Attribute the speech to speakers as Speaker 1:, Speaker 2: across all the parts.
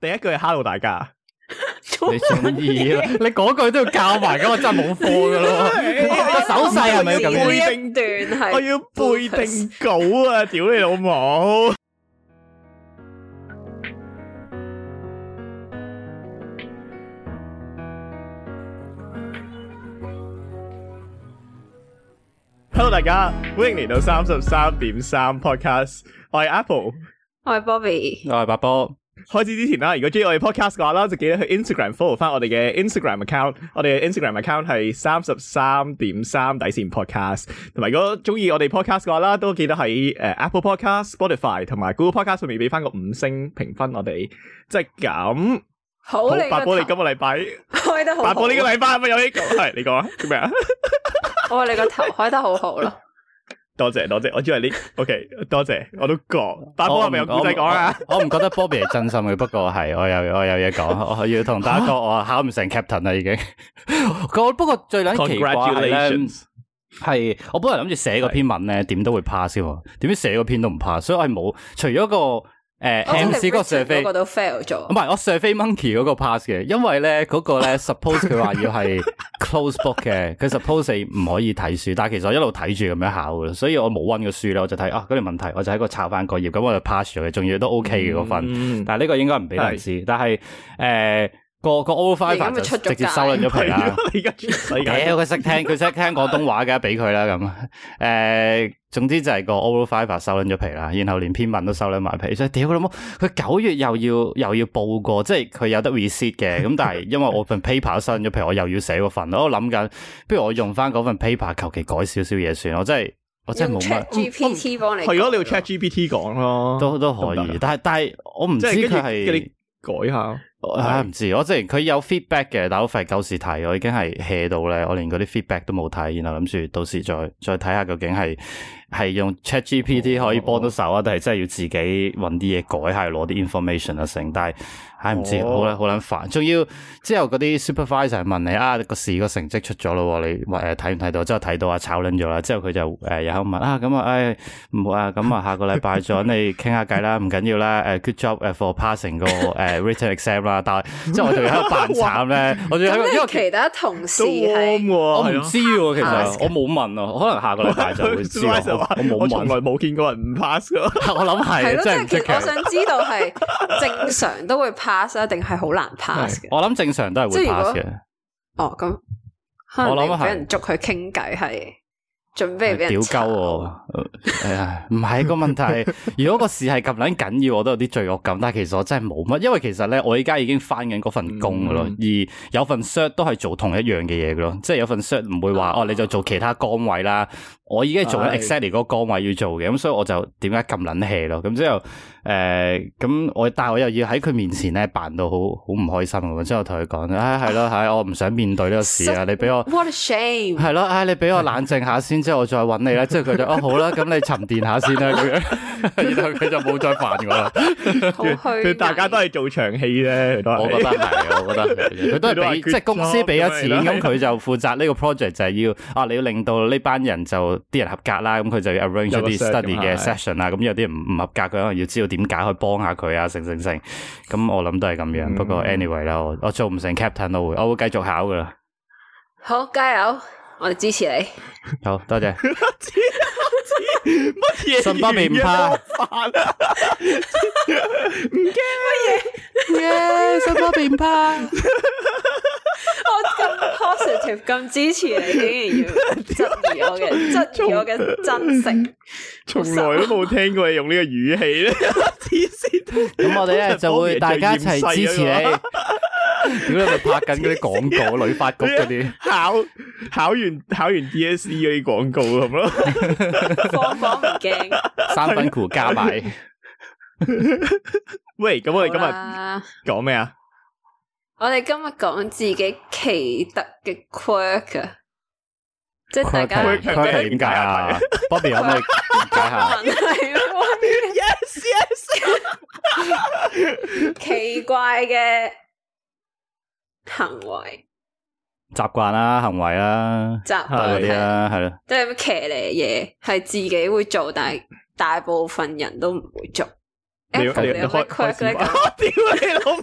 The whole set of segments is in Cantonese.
Speaker 1: 第一句係 hello 大家，
Speaker 2: 你中意啦，你嗰句都要教埋，咁我真係冇課噶咯。個手勢係咪要咁
Speaker 1: 背
Speaker 2: 樣？
Speaker 1: 定
Speaker 3: 呢一段係
Speaker 1: 我要背定稿啊！屌你老母！Hello，大家，歡迎嚟到三十三點三 Podcast，我係 Apple。
Speaker 3: 我係 Bobby，
Speaker 2: 我係白波，
Speaker 1: 開始之前啦，如果中意我哋 podcast 嘅話啦，就記得去 Instagram follow 翻我哋嘅 Instagram account。我哋嘅 Instagram account 係三十三點三底線 podcast。同埋如果中意我哋 podcast 嘅話啦，都記得喺誒 Apple Podcast、Spotify 同埋 Google Podcast 上面俾翻個五星評分我哋。即係咁，
Speaker 3: 好
Speaker 1: 好
Speaker 3: 你
Speaker 1: 八波，你
Speaker 3: 個
Speaker 1: 今
Speaker 3: 頭
Speaker 1: 個禮拜，
Speaker 3: 開得好，
Speaker 1: 八波呢個禮拜係咪有呢個？係你講啊？做咩啊？
Speaker 3: 我話你個頭開得好好 咯，
Speaker 1: 多謝多謝，我以為你 OK，多謝我都覺。八波係咪有故仔講啊？
Speaker 2: 我唔？我唔覺得 Bobby 係真心嘅，不過係我有我有嘢講，我要同大家講，我考唔成 captain 啦已經。我 不過最撚奇怪係咧
Speaker 1: Congratulations！
Speaker 2: 係，我本來諗住寫嗰篇文咧，點都會 pass 嘅喎，點知寫嗰篇都唔 pass，所以我係冇除咗個誒
Speaker 3: 我真
Speaker 2: MC 嗰個
Speaker 3: 係 Richard
Speaker 2: survey
Speaker 3: 嗰個。都 fail
Speaker 2: 唔
Speaker 3: 咗，
Speaker 2: 係，我 Survey Monkey 嗰個 pass 嘅，因為咧嗰、個 咧 suppose 佢話要係 close book 嘅，佢 suppose 你唔可以睇書，但係其實我一路睇住咁樣考嘅，所以我冇温個書咧，我就睇啊嗰啲問題，我就喺個抄翻個頁，咁我就 pass 咗嘅，仲要都 OK 嘅嗰份，
Speaker 1: 嗯
Speaker 2: 但係呢個應該唔俾人知，但係誒、呃、個個
Speaker 3: 你
Speaker 2: O
Speaker 3: 而
Speaker 2: five
Speaker 3: 家咪出
Speaker 2: 就
Speaker 3: 咗
Speaker 2: 直接
Speaker 3: 界
Speaker 2: 收撚咗皮
Speaker 1: 係
Speaker 2: 啦
Speaker 1: 啊。！你而家全 世界
Speaker 2: 屌 佢識聽，佢識聽廣東話嘅，俾佢啦咁。诶、總之就係個 oral fiber 收撚咗皮啦，然後連篇文都收撚埋皮，所以屌佢老母，佢九月又要又要報過，即係佢有得 receipt 嘅，咁但係因為我份 paper 都收撚咗皮，我又要寫嗰份，我諗緊，不如我用翻嗰份 paper 求其改少少嘢算，我真係我真係
Speaker 3: 用
Speaker 2: 冇
Speaker 3: Chat
Speaker 2: 乜，
Speaker 3: GPT 幫你講，
Speaker 1: 係咯，你要 Chat GPT 講咯，
Speaker 2: 都都可
Speaker 1: 得唔得
Speaker 2: 以
Speaker 1: 㗎，
Speaker 2: 但係但係我唔
Speaker 1: 即
Speaker 2: 知
Speaker 1: 係跟住跟
Speaker 2: 佢係
Speaker 1: 你。改下。
Speaker 2: 唉，啊唔知，我之前佢有 feedback 嘅，但我費鳩事睇，我已經係 hea 到咧，我連嗰啲 feedback 都冇睇，然後諗住到時再再睇下究竟係係用 ChatGPT 可以幫到手啊，定係真係要自己揾啲嘢改下，攞啲 information 啊成，但係唉唔知，
Speaker 1: 哦
Speaker 2: 好撚好撚煩，仲要之後嗰啲 supervisor 問你啊個試個成績出咗咯喎，你誒睇唔睇到？之後睇到啊炒撚咗啦，之後佢就誒又喺度問啊咁啊唉唔好啊， 咁啊下個禮拜再你傾下偈啦，唔緊要啦，誒 good job 誒 for passing 個誒 written exam 啦，但係之後我仲要喺度扮 慘咧，我仲要喺度
Speaker 3: 咁
Speaker 2: 因為
Speaker 3: 你其他同事
Speaker 1: 都
Speaker 3: 係
Speaker 1: warm 喎，
Speaker 2: 我唔
Speaker 1: 係咯
Speaker 2: 知喎，其實
Speaker 3: Ask
Speaker 2: 我冇問啊，可能下個禮 拜就會 知喎
Speaker 1: Supervisor 話
Speaker 2: 我
Speaker 1: 我
Speaker 2: 我冇
Speaker 1: 從
Speaker 2: 問
Speaker 1: 來，冇見過人唔 pass 噶。
Speaker 2: 我諗
Speaker 3: 係
Speaker 2: 係
Speaker 3: 咯，即
Speaker 2: 真係唔
Speaker 3: 係其
Speaker 2: 出
Speaker 3: 實我
Speaker 2: 奇。
Speaker 3: 想知道係正常都會 pass 啊，定係好難 pass 嘅？
Speaker 2: 我諗正常都係
Speaker 3: 即係
Speaker 2: 會
Speaker 3: 如果
Speaker 2: pass 嘅。
Speaker 3: 哦，咁可能
Speaker 2: 我諗
Speaker 3: 你俾
Speaker 2: 係
Speaker 3: 人捉佢傾偈係準備俾人
Speaker 2: 屌鳩
Speaker 3: 炒
Speaker 2: 我， 係啊，唔係個 問題。如果個事係咁撚緊要，我都有啲罪惡感。但係其實我真係冇乜，因為其實咧，我而家已經翻緊嗰份工噶咯，
Speaker 1: 嗯
Speaker 2: 而有份 cert 都係做同一樣嘅嘢噶咯，即係有份 cert 唔會話
Speaker 3: 啊
Speaker 2: 哦，你就做其他崗位啦。我已經係做緊
Speaker 1: 係
Speaker 2: exactly 嗰個崗位要做嘅，咁所以我就點解咁撚 hea 咯？咁之後誒，咁、我但係我又要喺佢面前咧扮到好好唔開心咁樣，之後我同佢講，唉係咯，係我唔想面對呢個事啊，你俾我。
Speaker 3: What a shame！
Speaker 2: 系咯，唉，你俾我冷靜下先，之後我再揾你啦。之後佢就哦好啦，咁你沉澱下先啦，咁樣， 然後佢就冇再煩我啦。
Speaker 3: 好虛
Speaker 1: 佢大家都
Speaker 3: 偽
Speaker 1: 係做場戲啫，佢都
Speaker 2: 我
Speaker 1: 係
Speaker 2: 覺 得係，我覺得係佢都係
Speaker 1: 佢
Speaker 2: 俾
Speaker 1: 都話
Speaker 2: 即係公司俾咗
Speaker 1: good job
Speaker 2: 錢，咁佢就負責呢個 project 就係要啊，你要令到呢班人就啲人合格啦，咁佢就要 arrange
Speaker 1: 有個
Speaker 2: 啲
Speaker 1: set
Speaker 2: study
Speaker 1: 咁係
Speaker 2: 嘅 session 啦。咁有啲人唔唔合格，佢可能要知道點解去幫下佢啊，成成成。咁我諗都係咁樣。不過 anyway 啦，我我做唔成 captain 我會，我會繼續考噶啦。
Speaker 3: 好加油，我哋支持你。
Speaker 2: 好多謝。
Speaker 1: 乜嘢
Speaker 2: 信不未唔怕
Speaker 1: 嘢都煩啊
Speaker 2: 耶，什麼變怕？
Speaker 3: 我咁 positive 咁支持你，竟然要質疑我嘅 質疑我嘅真誠，
Speaker 1: 從來都冇聽過你用呢個語氣 咧，黐線！
Speaker 2: 咁我哋 咧就會大家一齊支持你。
Speaker 1: 最
Speaker 2: 屌你咪拍緊嗰啲廣告，旅發局嗰 啲。
Speaker 1: 考考完考完 DSE 嗰啲廣告咁咯，
Speaker 3: 放放唔驚。
Speaker 2: 三分褲加 埋，
Speaker 1: 喂，咁我哋今
Speaker 3: 好
Speaker 1: 日
Speaker 3: 啦
Speaker 1: 講咩啊？
Speaker 3: 我哋今日講自己奇特嘅 quirk 啊，即係大家
Speaker 1: Quirk
Speaker 2: 佢係
Speaker 1: 係
Speaker 2: 佢係點解啊？Bobby 可唔 可以解下？
Speaker 3: 係
Speaker 1: Yes yes，
Speaker 3: 奇怪嘅行為
Speaker 2: 習慣啦，行為啦，
Speaker 3: 習
Speaker 2: 嗰
Speaker 3: 慣
Speaker 2: 啲
Speaker 3: 係，啊
Speaker 2: 啦，係咯。
Speaker 3: 即係咩騎呢嘢係自己會做，但係大部分人都唔會做。
Speaker 1: 你你
Speaker 3: Apple 你
Speaker 1: 開
Speaker 3: 有乜
Speaker 1: 開
Speaker 3: quirk
Speaker 1: 始
Speaker 3: 咧？
Speaker 1: 吧
Speaker 3: 咁
Speaker 1: 屌 你老母！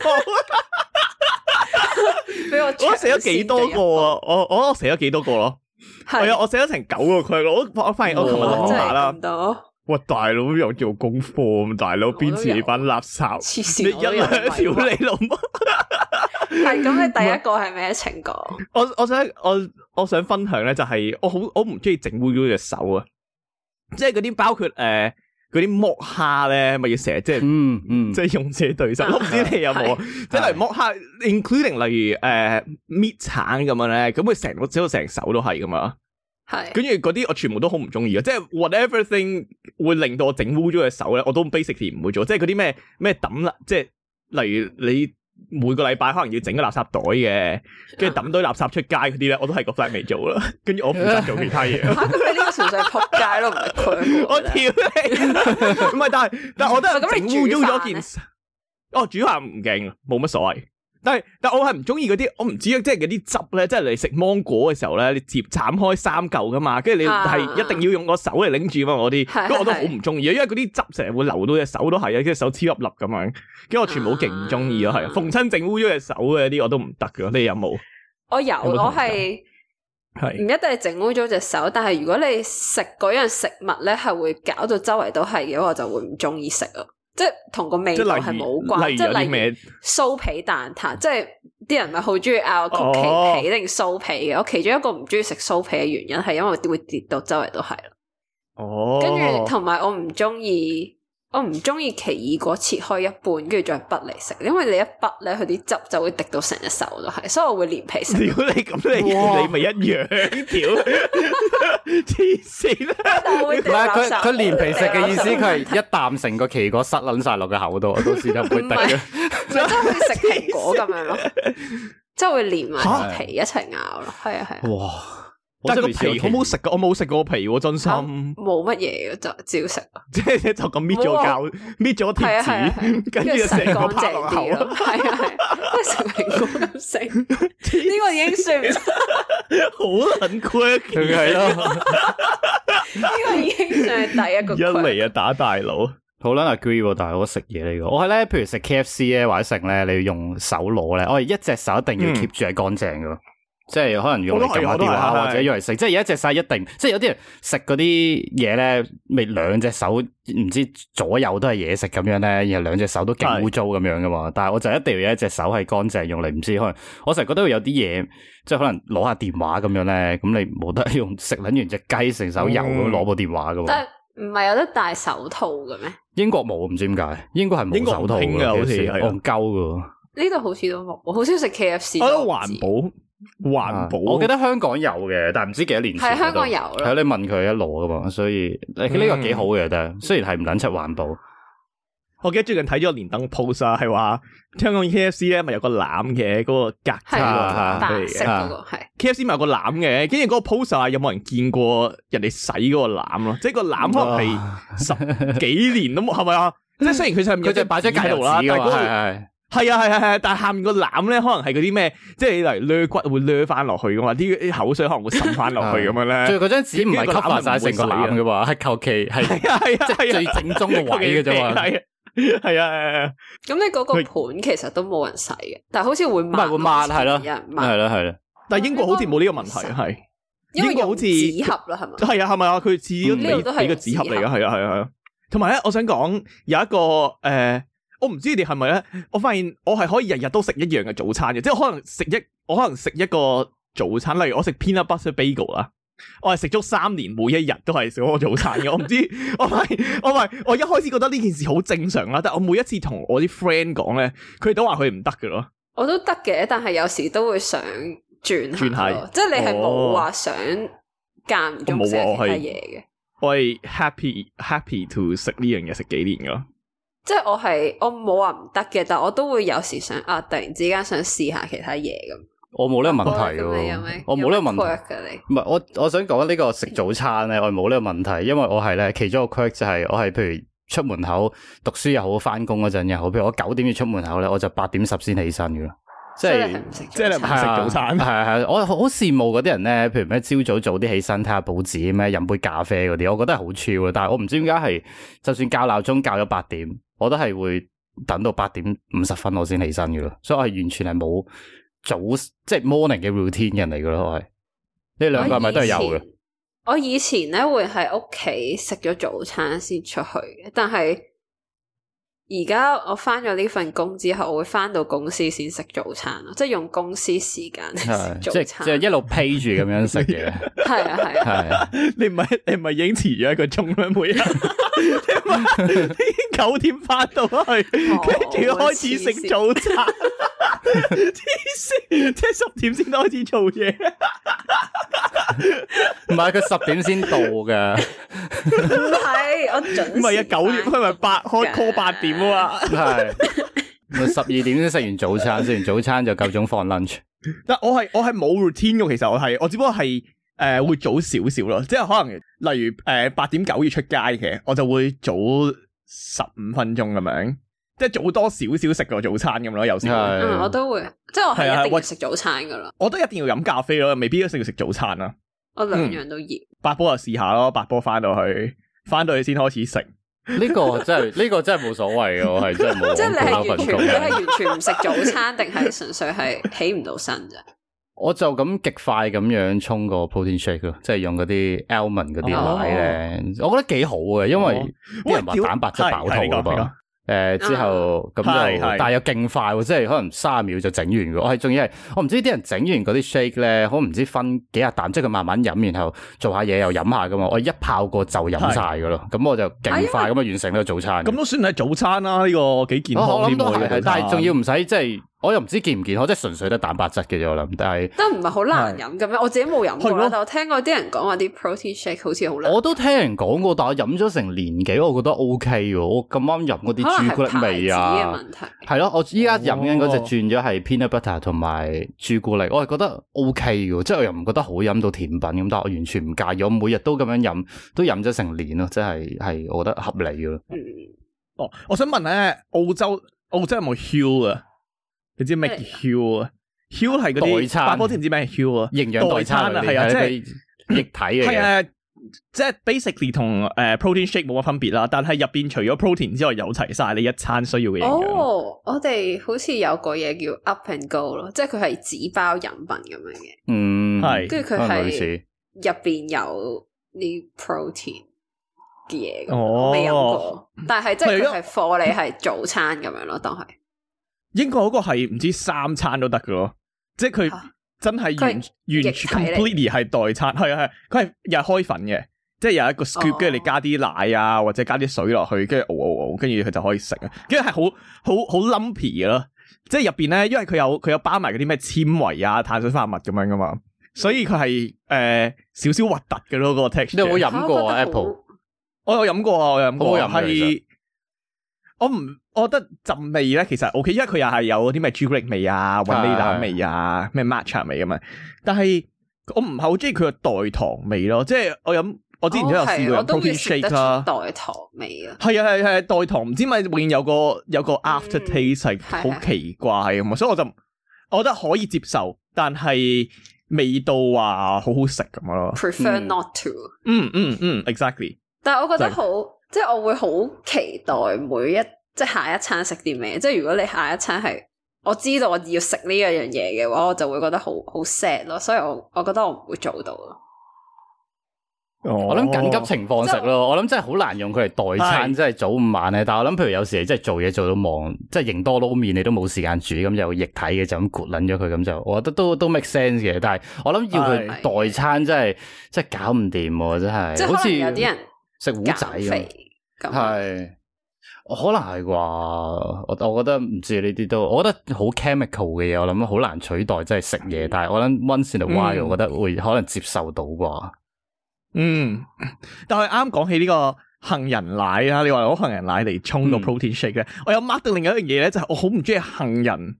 Speaker 3: 俾我
Speaker 1: 我寫咗幾多個啊？我我我寫咗幾多個咯？
Speaker 3: 係
Speaker 1: 係啊，我寫咗成九個 quirk 咯。我我發現我琴日
Speaker 3: 哇
Speaker 1: 諗
Speaker 3: 真係
Speaker 1: 下啦
Speaker 3: 撳，到
Speaker 1: 哇大佬有做功課咁，大佬邊似你班垃圾？
Speaker 3: 黐
Speaker 1: 你
Speaker 3: 線，
Speaker 1: 一
Speaker 3: 我都有
Speaker 1: 兩條
Speaker 3: 迷惑
Speaker 1: 你老母！
Speaker 3: 係咁，你第一個係咩情歌？
Speaker 1: 我我想我我想分享咧，就係我好我唔中意整污糟隻手啊，即係嗰啲包括诶嗰啲剝蝦咧，咪要成日即係。
Speaker 2: 嗯嗯，
Speaker 1: 即係用自己對手，我唔知你有冇啊？即係例如剝蝦，including 例如诶搣橙咁樣咧，咁佢成個只到成手都係噶嘛。
Speaker 3: 係
Speaker 1: 跟住嗰啲我全部都好唔中意嘅，即係 whatever thing 會令到我整污咗隻手咧，我都 basically 唔會做。即係嗰啲咩咩抌啦，即係例如你每個禮拜可能要整個垃圾袋嘅，跟住抌堆垃圾出街嗰啲咧，我都係個 flat 未做啦。跟住我負責做其他嘢。
Speaker 3: 嚇，咁你呢個純粹係撲街咯，唔係 佢。
Speaker 1: 我屌你！唔係，但係但係我都係
Speaker 3: 咁你
Speaker 1: 整污糟咗
Speaker 3: 煮飯呢啊
Speaker 1: 件事。哦，煮飯唔勁，冇乜所謂。但係但係我係唔中意嗰啲，我唔知啊，即係嗰啲汁咧，即係你食芒果嘅時候咧，你接斬開三嚿噶嘛，跟住你
Speaker 3: 啊
Speaker 1: 係一定要用個手嚟拎住嘛，我啲，
Speaker 3: 係
Speaker 1: 咁我都
Speaker 3: 係
Speaker 1: 好唔中意，啊因為嗰啲汁成日會流到隻手都係啊，跟住手黐粒粒咁樣，跟住我全部都勁唔中意咯，係
Speaker 3: 啊
Speaker 1: 啊，逢親整污咗隻手嘅啲我都唔得噶，你有冇？
Speaker 3: 我有，
Speaker 1: 有冇同
Speaker 3: 我係唔
Speaker 1: 係
Speaker 3: 一定係整污咗隻手，但係如果你食嗰樣食物咧，係會搞到周圍都係嘅話，我就會唔中意食啊。即係同個味
Speaker 1: 即
Speaker 3: 道
Speaker 1: 係
Speaker 3: 係
Speaker 1: 例
Speaker 3: 冇
Speaker 1: 如
Speaker 3: 關，
Speaker 1: 例
Speaker 3: 即
Speaker 1: 如有
Speaker 3: 係
Speaker 1: 啲
Speaker 3: 例
Speaker 1: 咩
Speaker 3: 如？酥皮蛋撻，即係啲人咪好中意拗曲
Speaker 1: 哦
Speaker 3: 奇皮定酥皮嘅。我其中一個唔中意食酥皮嘅原因係因為會跌到周圍都係啦。
Speaker 1: 哦，
Speaker 3: 跟住同埋我唔中意，我唔中意奇異果切開一半，跟住再筆嚟食，因為你一筆咧，佢啲汁就會滴到成隻手都係，所以我會連皮食。
Speaker 1: 屌你咁你
Speaker 2: 哇
Speaker 1: 你咪一樣屌，黐線啦！
Speaker 3: 但我會
Speaker 2: 唔
Speaker 3: 掉
Speaker 2: 係
Speaker 3: 垃
Speaker 2: 佢
Speaker 3: 圾
Speaker 2: 佢連皮食嘅意思，
Speaker 3: 我會掉垃圾
Speaker 2: 佢係一啖成個奇果塞撚晒落個口度，我到時就唔會
Speaker 3: 唔
Speaker 2: 滴
Speaker 3: 係
Speaker 2: 嘅。
Speaker 3: 即係好似食蘋果咁 樣咯，即係會連埋
Speaker 1: 嚇
Speaker 3: 啲皮一齊咬咯，係啊係啊，
Speaker 2: 哇！
Speaker 1: 但係個
Speaker 2: 我真係未
Speaker 1: 皮
Speaker 2: 試
Speaker 1: 好
Speaker 2: 過
Speaker 1: 唔好食噶？我冇食過個皮喎，真心。
Speaker 3: 冇乜嘢嘅就照食咯，
Speaker 1: 即係就咁搣咗
Speaker 3: 啊冇啊
Speaker 1: 膠，搣咗
Speaker 3: 係
Speaker 1: 貼
Speaker 3: 啊係啊係啊
Speaker 1: 紙，，跟住就
Speaker 3: 食
Speaker 1: 成
Speaker 3: 乾
Speaker 1: 個拍
Speaker 3: 淨
Speaker 1: 落
Speaker 3: 啲
Speaker 1: 口
Speaker 3: 咯，。係啊係啊，即係食蘋果咁食， 呢個已經算唔
Speaker 1: 好撚 quirky，
Speaker 2: 佢係咯。
Speaker 3: 呢個已經算係第一個
Speaker 1: 一
Speaker 3: quirk
Speaker 1: 嚟啊打大佬，
Speaker 2: 好啦，agree 喎，但係我食嘢嚟嘅，我係咧，譬如食 K F C 咧或者食咧，你要用手攞咧，我係一隻手一定要
Speaker 1: 嗯
Speaker 2: keep 住係乾淨嘅咯，即係可能用嚟撳下
Speaker 1: 我都係
Speaker 2: 電話
Speaker 1: 我都係
Speaker 2: 或者用嚟食，即係有一隻手一定，即係有啲人食嗰啲嘢咧，咪兩隻手唔知左右都係嘢食咁樣咧，然後兩隻手都勁污糟咁樣噶嘛，但係我就一定要有一隻手係乾淨，用嚟唔知可能我成日覺得會有啲嘢，即係可能攞下電話咁樣咧，咁你冇得用食撚完隻雞成手油咁樣攞部電話噶喎。
Speaker 3: 但唔係有得戴手套嘅咩？
Speaker 2: 英國冇，唔知點解，英國係
Speaker 1: 英
Speaker 2: 冇
Speaker 1: 國唔
Speaker 2: 手套
Speaker 1: 興㗎
Speaker 2: 嘅，
Speaker 1: 好似係啊
Speaker 2: 戇鳩嘅。
Speaker 3: 呢度好似都冇，我好少食 K F C。
Speaker 1: 我覺得環保，環
Speaker 3: 啊
Speaker 1: 保。
Speaker 2: 我記得香港有嘅，但唔知幾多年前。
Speaker 3: 係香港有咯
Speaker 2: 係啊你問佢一攞噶嘛，所以呢個幾好嘅，但係雖然係唔撚出環保，
Speaker 1: 我記得最近睇咗個連登 post 啊，係話香港 K F C 咧咪有個攬嘅嗰個格仔
Speaker 3: 係
Speaker 2: 啊
Speaker 1: 嗰個
Speaker 3: 白
Speaker 1: 攬嚟
Speaker 3: 色
Speaker 1: 嘅
Speaker 3: 嗰個係
Speaker 1: K F C 咪有個攬嘅，跟住嗰個 post 啊，有冇人見過人哋洗嗰個攬咯？即係個攬可能係。十幾年都冇，係咪 啊？即係雖然佢上面有
Speaker 2: 嗯佢
Speaker 1: 隻
Speaker 2: 就擺
Speaker 1: 紙
Speaker 2: 咗
Speaker 1: 喺
Speaker 2: 隔
Speaker 1: 度
Speaker 2: 度
Speaker 1: 啦，
Speaker 2: 啦，
Speaker 1: 但係嗰個
Speaker 2: 係
Speaker 1: 係啊係係係，但係下面個攬咧，可能係嗰啲咩，即係你嚟掠骨會掠翻落去噶嘛，啲啲口水可能會滲翻落去咁樣
Speaker 2: 係，最
Speaker 1: 咧。
Speaker 2: 嗰張紙唔
Speaker 1: 跟
Speaker 2: 係
Speaker 1: 住個攬
Speaker 2: cover 晒成
Speaker 1: 係唔
Speaker 2: 個
Speaker 1: 會洗
Speaker 2: 攬嘅嘛，係求其係
Speaker 1: 係啊係啊
Speaker 2: 即係
Speaker 1: 係啊
Speaker 2: 最正宗嘅位 嘅啫嘛。
Speaker 1: 係啊係啊係啊，
Speaker 3: 咁你嗰個盤其實都冇人洗嘅，但係好似會
Speaker 2: 唔係
Speaker 3: 抹，
Speaker 2: 會抹係咯，
Speaker 3: 有人
Speaker 2: 係
Speaker 3: 抹，
Speaker 2: 咯係咯，
Speaker 1: 但係英國好似冇呢個問題，係
Speaker 3: 因為
Speaker 1: 英國
Speaker 3: 用
Speaker 1: 好似
Speaker 3: 紙盒啦，係咪？
Speaker 1: 係啊係咪啊？佢似
Speaker 2: 嗯
Speaker 3: 呢度
Speaker 1: 俾
Speaker 3: 都係
Speaker 1: 俾個紙盒嚟噶，係啊係啊係啊。同埋咧，我想講有一個誒，我唔知你哋係咪咧？我發現我係可以日日都食一樣嘅早餐嘅，即係可能食一我可能食一個早餐，例如我食 peanut butter bagel 啦。我係食足三年，每一日都係食嗰個早餐嘅。我唔知， 我咪我咪我一開始覺得呢件事好正常啦，但係我每一次同我啲 friend 講咧，佢哋都話佢唔得嘅咯。
Speaker 3: 我都得嘅，但係有時都會想轉
Speaker 1: 轉
Speaker 3: 下
Speaker 1: 係
Speaker 3: 咯，即係你係冇
Speaker 1: 哦
Speaker 3: 話想間唔中
Speaker 1: 我冇
Speaker 3: 食其
Speaker 1: 啊
Speaker 3: 他
Speaker 1: 我係
Speaker 3: 嘢嘅。
Speaker 1: 我係 happy happy to 食呢樣嘢食幾年噶。
Speaker 3: 即係我係我冇話唔得嘅，但我都會有時想啊，突然之間想試下其他嘢咁。
Speaker 2: 我冇呢個問題
Speaker 3: 咁你有
Speaker 2: 喎
Speaker 3: 咩，？
Speaker 2: 我冇呢個問題。
Speaker 3: 嘅你。
Speaker 2: 唔係，我我想講呢個食早餐咧，我係冇呢個問題，因為我係咧其中一個 quirk 就係我係譬如出門口讀書又好，翻工嗰陣又好，譬如我九點要出門口咧，我就八點十先起身噶啦，即
Speaker 3: 所以
Speaker 2: 係
Speaker 3: 你係唔食
Speaker 1: 即係你唔
Speaker 3: 早
Speaker 1: 食
Speaker 3: 餐
Speaker 1: 早餐
Speaker 2: 係啊係啊，我好羨慕嗰啲人咧，譬如咩朝早早啲起身睇下報紙咩，飲杯咖啡嗰啲，我覺得係好超啊！但係我唔知點解係，就算校鬧鐘校咗八點，我都係會等到八點五十分我先起身嘅咯，所以我係完全係冇早即係 morning 嘅 routine 人嚟嘅咯，我係呢兩個係咪都係有嘅？
Speaker 3: 我以前咧會喺屋企食咗早餐先出去嘅，但係而家我翻咗呢份工之後，我會翻到公司先食早餐咯，即係用公司時間嚟
Speaker 2: 係啊
Speaker 3: 食
Speaker 2: 即
Speaker 3: 早
Speaker 2: 係
Speaker 3: 餐。
Speaker 2: 即係一路 pay 住咁樣食嘅，
Speaker 3: 係啊係 啊，
Speaker 2: 係
Speaker 1: 你唔系你唔系已經遲咗一個鐘啦，每日 你唔係你已經九點翻到去，跟住開始食早餐，黐線，即係十點先開始做嘢，
Speaker 2: 唔係啊佢 十點先到嘅，
Speaker 3: 唔係我準
Speaker 1: 唔係啊
Speaker 3: 時
Speaker 1: 九點
Speaker 3: 返
Speaker 1: 佢咪八開 call 八點啊嘛。
Speaker 2: 係咪十二點先食完早餐，食完早餐就夠鐘放 lunch。
Speaker 1: 但我係我係冇 routine 嘅，其實我係我只不過係誒、呃、會早少少咯，即係可能例如誒八點九要出街嘅，我就會早十五分鐘咁樣，即係早多少少食個早餐咁咯，有時會。
Speaker 2: 係
Speaker 3: 嗯，我都會，即係我係
Speaker 1: 係啊
Speaker 3: 一定要
Speaker 1: 喂
Speaker 3: 食早餐噶啦，
Speaker 1: 我都一定要飲咖啡咯，未必一定要食早餐啦。
Speaker 3: 我兩
Speaker 1: 嗯
Speaker 3: 樣都要。
Speaker 1: 八波啊就試下咯，八波翻到去，翻到去先開始食。
Speaker 2: 呢個真係呢 個真係冇所謂嘅，我係真係 冇
Speaker 3: 即係你係
Speaker 2: 揾過
Speaker 3: 完
Speaker 2: 份
Speaker 3: 全，
Speaker 2: 工
Speaker 3: 你係
Speaker 2: 嘅。
Speaker 3: 完全唔食早餐，定係純粹係起唔到身啫？
Speaker 2: 我就咁極快咁樣沖個 protein shake 咯，即係用嗰啲 almond 嗰
Speaker 3: 哦
Speaker 2: 啲奶咧，我覺得幾好嘅，因
Speaker 1: 哦
Speaker 2: 為啲人
Speaker 1: 喂
Speaker 2: 話
Speaker 1: 屌
Speaker 2: 蛋白質
Speaker 1: 係
Speaker 2: 飽
Speaker 1: 係你
Speaker 2: 肚啊
Speaker 1: 講你講
Speaker 2: 嘛。诶、之後
Speaker 3: 啊
Speaker 2: 咁
Speaker 1: 係
Speaker 2: 就，
Speaker 1: 係
Speaker 2: 但係又勁快喎，即係可能三十秒就整完嘅。我係仲要係，我唔知啲人整完嗰啲 shake 咧，可能唔知分幾下啖，即係佢慢慢飲，然後做下嘢又飲下噶嘛。我一泡過就飲晒嘅咯，咁我就勁快咁啊完成呢個早餐。
Speaker 1: 咁都算係早餐啦，呢、個幾健
Speaker 2: 我
Speaker 1: 康
Speaker 2: 我
Speaker 1: 添
Speaker 2: 諗都
Speaker 1: 喎。呢
Speaker 2: 係，
Speaker 1: 個早餐
Speaker 2: 係但係仲要唔使即係，我又唔知健唔健康，即係純粹得蛋白質嘅啫。我諗，但係
Speaker 3: 但唔係好難飲嘅咩？我自己冇飲過
Speaker 1: 係咯
Speaker 3: 啦，但我聽過啲人講話啲 protein shake 好似好難。
Speaker 2: 我都聽人講過，但我飲咗成年幾，我覺得 O K 喎。我咁啱飲嗰
Speaker 3: 可能
Speaker 2: 啲朱古力
Speaker 3: 係
Speaker 2: 味
Speaker 3: 牌
Speaker 2: 啊
Speaker 3: 子嘅。問題。
Speaker 2: 係咯，我依家飲緊嗰隻
Speaker 1: 哦
Speaker 2: 轉咗係 peanut butter 同埋朱古力，我係覺得 O K 嘅，即係我又唔覺得好飲到甜品咁，但係我完全唔介意，我每日都咁樣飲，都飲咗成年咯，即係係我覺得合理嘅咯。
Speaker 3: 嗯，
Speaker 1: 哦，我想問咧，澳洲澳洲有冇 Hill 啊？你知咩叫
Speaker 3: 咩嚟
Speaker 1: Hill 啊？Hill 係嗰
Speaker 2: 代
Speaker 1: 啲
Speaker 2: 餐
Speaker 1: 八波知唔知咩係 Hill 啊？
Speaker 2: 營養代餐
Speaker 1: 代餐啊
Speaker 2: 嗰啲
Speaker 1: 係啊
Speaker 2: 係
Speaker 1: 即係
Speaker 2: 佢液體嚟
Speaker 1: 係
Speaker 2: 嘅。
Speaker 1: 啊，即係 basically 同誒 protein shake 冇乜分別啦，但係入邊除咗 protein 之外，有齊晒你一餐需要嘅營養。
Speaker 3: 哦，我哋好似有個嘢叫 Up and Go 咯，即係佢係紙包飲品咁樣嘅，
Speaker 2: 嗯，
Speaker 1: 係
Speaker 3: 跟住佢
Speaker 2: 可能類
Speaker 3: 係
Speaker 2: 似
Speaker 3: 入邊有啲 protein 嘅嘢咁樣。
Speaker 1: 哦
Speaker 3: 我未飲過，但係即係
Speaker 1: 係
Speaker 3: 佢
Speaker 1: 啊
Speaker 3: 係貨你係早餐咁樣咯，當係。
Speaker 1: 英國嗰個係唔知三餐都得嘅咯，即係佢
Speaker 3: 嚇
Speaker 1: 真係
Speaker 3: 佢係
Speaker 1: 完完
Speaker 3: 液
Speaker 1: 全
Speaker 3: 體
Speaker 1: completely 係代餐，係啊係，佢係又係開粉嘅，即係有一個 scoop，
Speaker 3: 哦
Speaker 1: 跟住你加啲奶啊或者加啲水落去，跟住熬哦熬熬，跟住佢就可以食啊，跟住係好好好 lumpy 嘅咯，即係入邊咧，因為佢有佢有包埋嗰啲咩纖維啊、碳水化合物咁樣噶嘛，所以佢係誒少少核突嘅咯嗰個 texture。
Speaker 2: 你有冇飲過啊
Speaker 3: 啊我覺得好
Speaker 2: Apple？
Speaker 1: 我有飲過啊，我有飲過
Speaker 2: 好唔好
Speaker 1: 啊，
Speaker 2: 飲嘅其實
Speaker 1: 係我唔，我覺得陣味咧其實 O K，因為佢又係有啲咩朱古力味啊、雲呢拿味啊、咩 matcha 味咁啊，但係我唔係好中意佢嘅代糖味咯，即係我飲我之前都有
Speaker 3: 哦係
Speaker 1: 試過
Speaker 3: 我
Speaker 1: 飲
Speaker 3: 都
Speaker 1: protein
Speaker 3: 要食得
Speaker 1: shake 啊
Speaker 3: 出
Speaker 1: 啦，
Speaker 3: 代糖味啊！
Speaker 1: 係啊係係代糖，唔知咪永遠有個有個 after taste 係
Speaker 3: 係
Speaker 1: 好奇怪咁啊，所以我就我覺得可以接受，但係味道話好好食咁樣咯，
Speaker 3: prefer
Speaker 2: 嗯
Speaker 3: not to、
Speaker 1: 嗯嗯嗯，exactly，
Speaker 3: 但係我覺得
Speaker 1: 就係
Speaker 3: 好，即係我會好期待每一即係下一餐食啲咩。即係如果你下一餐係我知道我要食呢一樣嘢嘅話，我就會覺得好好 sad 咯。所以我我覺得我唔會做到咯。
Speaker 2: 我
Speaker 1: 我
Speaker 2: 諗緊急情況食
Speaker 3: 即係
Speaker 2: 咯，我諗真係好難用佢嚟代餐，
Speaker 1: 係
Speaker 2: 即係早午晚咧。但係我諗，譬如有時你真係做嘢做到忙，即係型多撈麵，你都冇時間煮，咁就液體嘅就咁攰撚咗佢，咁就我覺得都都 make sense 嘅。但係我諗要佢代餐真係真係搞唔掂喎，真係。
Speaker 3: 即係
Speaker 2: 好
Speaker 3: 可
Speaker 2: 似
Speaker 3: 能有啲人
Speaker 2: 食糊仔
Speaker 3: 減
Speaker 2: 咁，
Speaker 3: 肥咁，
Speaker 2: 係可能係啩？我我覺得唔知呢啲都，我覺得好 chemical 嘅嘢，我諗好難取代，即係食
Speaker 3: 嗯
Speaker 2: 嘢。但係我諗 once in a while，、
Speaker 1: 嗯
Speaker 2: 我覺得會可能接受到啩。
Speaker 1: 嗯，但係啱講起呢個杏仁奶啦，你話攞杏仁奶嚟沖個
Speaker 2: 嗯
Speaker 1: protein shake 咧，我有 mark 到另一樣嘢咧，就係我好唔中意杏仁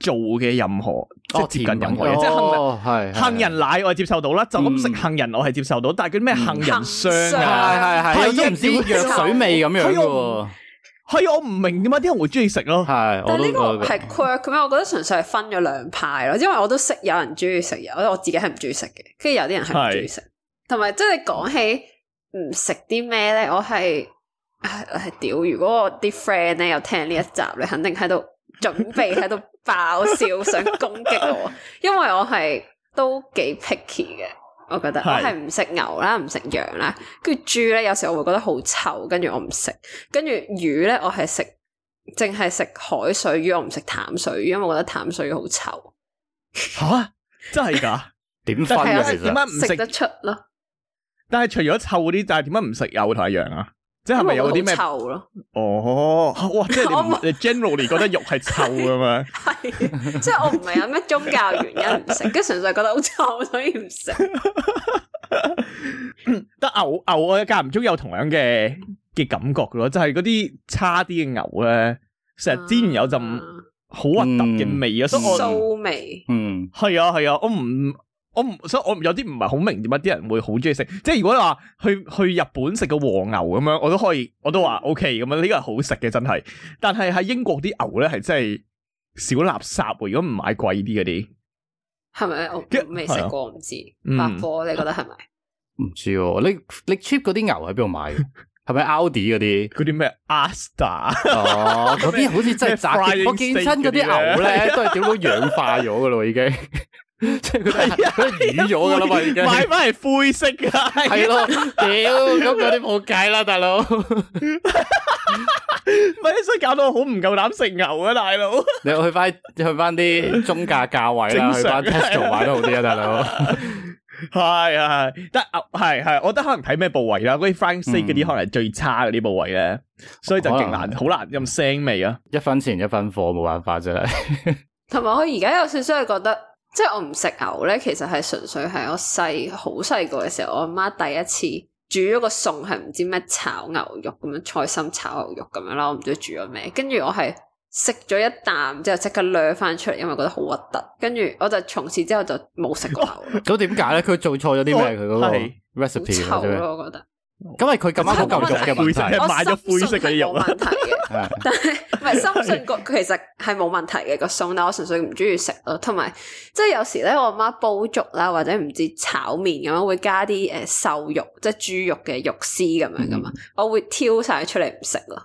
Speaker 1: 做嘅任
Speaker 3: 哦
Speaker 1: 何即係接近任何嘢，即係杏仁。
Speaker 2: 係
Speaker 1: 杏仁奶我係接受到啦，就咁
Speaker 2: 嗯
Speaker 1: 食杏仁我係接受到，但係嗰啲咩
Speaker 3: 嗯
Speaker 1: 杏仁
Speaker 3: 杏
Speaker 1: 霜
Speaker 3: 霜
Speaker 1: 啊，
Speaker 2: 係係係，有種唔知
Speaker 1: 係啊
Speaker 2: 藥水味咁樣
Speaker 1: 係我
Speaker 2: 嘅
Speaker 1: 係啊我唔明點解啲人會中意食咯
Speaker 2: 喎，。係我
Speaker 3: 但係
Speaker 2: 都覺
Speaker 3: 呢個
Speaker 2: 得
Speaker 3: 係 quirk 咩？我覺得純粹係分咗兩派咯，因為我都識有人中意食，有我自己係唔中意食嘅，跟住有啲人係唔中意食，同埋即係講起唔食啲咩咧，我係唉唉屌！如果我啲 friend 咧有聽呢一集咧，肯定喺度準備喺度爆笑，想攻擊我， 因為我係都幾 picky 嘅。我覺得我
Speaker 1: 係
Speaker 3: 係唔食牛啦，唔食羊啦，跟住豬咧有時我會覺得好臭，跟住我唔食。跟住魚咧，我係食淨係食海水魚，我唔食淡水魚，因為我覺得淡水魚好臭。
Speaker 1: 吓，真係㗎？
Speaker 2: 点分
Speaker 1: 但
Speaker 3: 係
Speaker 2: 嘅
Speaker 3: 啊
Speaker 2: 其
Speaker 1: 係點
Speaker 2: 實
Speaker 1: 解唔
Speaker 3: 食得
Speaker 1: 食？
Speaker 3: 出咯，
Speaker 1: 但係除咗臭嗰啲，但係點解唔食牛同埋羊啊？即係
Speaker 3: 因
Speaker 1: 咪
Speaker 3: 為
Speaker 1: 有
Speaker 3: 我覺
Speaker 1: 啲
Speaker 3: 得
Speaker 1: 咩？
Speaker 3: 好臭咯？
Speaker 1: 哦，哇！即係你唔
Speaker 3: 我冇
Speaker 1: 你 generally 覺得肉係臭㗎嘛？
Speaker 3: 係，即係我唔係有咩宗教原因唔食，跟住純粹覺得好臭，所以唔食。
Speaker 1: 得牛牛我間唔中有同樣嘅嘅感覺嘅咯，就係嗰啲差啲嘅牛咧，成日煎完有陣
Speaker 3: 啊
Speaker 1: 好核突嘅味啊，所以我
Speaker 3: 騷味，
Speaker 2: 嗯，
Speaker 1: 係啊係啊，我唔我唔，所以我有啲唔係好明點解啲人會好中意食，即係如果你話去去日本食個和牛咁樣，我都可以，我都話 O K 咁樣，呢個係好食嘅真係，但係喺英國啲牛咧係真係小垃圾喎，如果唔買貴啲嗰啲。
Speaker 3: 係咪？我
Speaker 1: 跟
Speaker 3: 未食過，唔知
Speaker 1: 嗯。
Speaker 3: 白波，你覺得係咪？
Speaker 2: 唔知喎，你你 cheap 嗰啲牛喺邊度買嘅？係咪 Audi 嗰啲？
Speaker 1: 嗰啲咩啊 Asta
Speaker 2: 哦，嗰啲好似真係炸
Speaker 1: 咩
Speaker 2: 嘅。
Speaker 1: frying
Speaker 2: 我見親嗰啲牛咧，都係屌到氧化咗噶咯，已經，即係佢哋佢哋瘀咗噶啦嘛，已經。
Speaker 1: 買翻係灰色啊噶，
Speaker 2: 係咯，屌，咁嗰啲冇計啦，大佬。
Speaker 1: 咪所以搞到我好唔夠膽食牛啊，大佬！
Speaker 2: 你去翻去翻啲中價價位啦，去
Speaker 1: 正常
Speaker 2: 翻 Tesco 買都好啲啊，大佬。
Speaker 1: 係係，係但牛係係，我覺得可能睇咩部位啦，嗰啲 frying
Speaker 2: 嗯
Speaker 1: steak 嗰啲可能係最差嗰啲部位咧，所以就勁難，好難咁腥味啊！
Speaker 2: 一分錢一分貨，冇辦法真係。
Speaker 3: 同埋我而家有少少係覺得，即係我唔食牛咧，其實係純粹係我細好細個嘅時候，我阿媽第一次煮咗個餸係唔知咩炒牛肉咁樣，菜心炒牛肉咁樣啦，我唔知煮咗咩，跟住我係食咗一啖之後即刻掠翻出嚟，因為覺得好核突，跟住我就從此之後就冇食過牛啦，
Speaker 2: 咁點解咧？佢做錯咗啲咩？佢嗰
Speaker 1: 係
Speaker 2: 個 recipe
Speaker 3: 好
Speaker 2: 或
Speaker 3: 臭
Speaker 2: 者咩
Speaker 3: 咯，我覺 得。
Speaker 2: 咁係佢咁啱嗰嚿肉嘅
Speaker 1: 灰
Speaker 2: 問
Speaker 1: 色
Speaker 2: 題
Speaker 1: 嘅。買咗灰色嗰啲肉
Speaker 3: 我
Speaker 1: 啊
Speaker 3: 深信係冇問題嘅，
Speaker 2: 係
Speaker 3: 但係唔 係深信個其實係冇問題嘅個餸，但我純粹唔中意食咯。同埋即係有時咧，我阿媽煲粥啦，或者唔知炒麵咁樣，會加啲誒瘦肉，即係豬肉嘅肉絲咁樣噶嘛，我會挑晒出嚟唔食咯。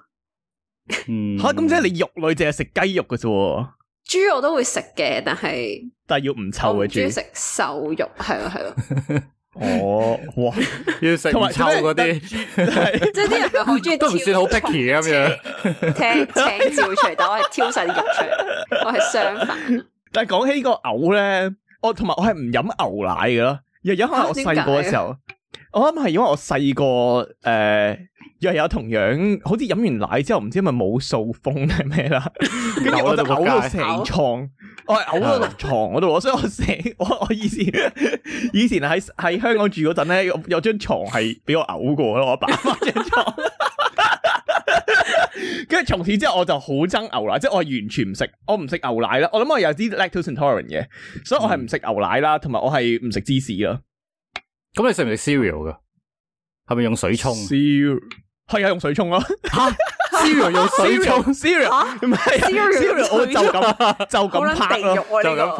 Speaker 2: 嗯
Speaker 1: 吓咁即係你肉類淨係食雞肉嘅啫喎，
Speaker 3: 豬我都會食嘅，但係
Speaker 1: 但係要唔
Speaker 3: 我
Speaker 1: 臭
Speaker 3: 唔
Speaker 1: 嘅
Speaker 3: 中意
Speaker 1: 豬。
Speaker 3: 食瘦肉，係咯係 咯，
Speaker 1: 哦， 哇！
Speaker 2: 要食唔臭嗰啲，
Speaker 3: 即係啲人咪好中意
Speaker 2: 都唔算好
Speaker 3: 挑
Speaker 2: picky 咁樣。
Speaker 3: 青青照除，但我係挑晒啲肉出嚟，我係相反。
Speaker 1: 但係講起個牛咧，我同埋我係唔飲牛奶嘅咯，又有可能我細個嘅時候，我諗係因為我細個诶又有同樣，好似飲完奶之後唔知係咪冇掃風定咩啦，跟住我就嘔到成床，我係
Speaker 3: 啊
Speaker 1: 嘔到落床嗰度，所以我成我 我以前以前喺喺香港住嗰陣咧，有有張床係俾我嘔過咯，我阿 爸阿媽張床。跟住從此之後我就好憎牛奶，即係我係完全唔食，我唔食牛奶啦。我諗我有啲 lactose intolerant 嘅，所以我係唔食牛奶啦，同埋我係唔食芝士啦。
Speaker 2: 咁你食唔食 cereal 噶？係咪用水沖？
Speaker 1: Cereal 係啊，用水 沖咯。
Speaker 2: 吓 cereal 用水沖
Speaker 1: Cereal 唔係啊
Speaker 3: Cereal 用
Speaker 1: Cereal，我
Speaker 3: 水
Speaker 1: 就咁就咁拍咯。
Speaker 3: 好撚地獄喎啊呢
Speaker 2: 就咁
Speaker 3: 個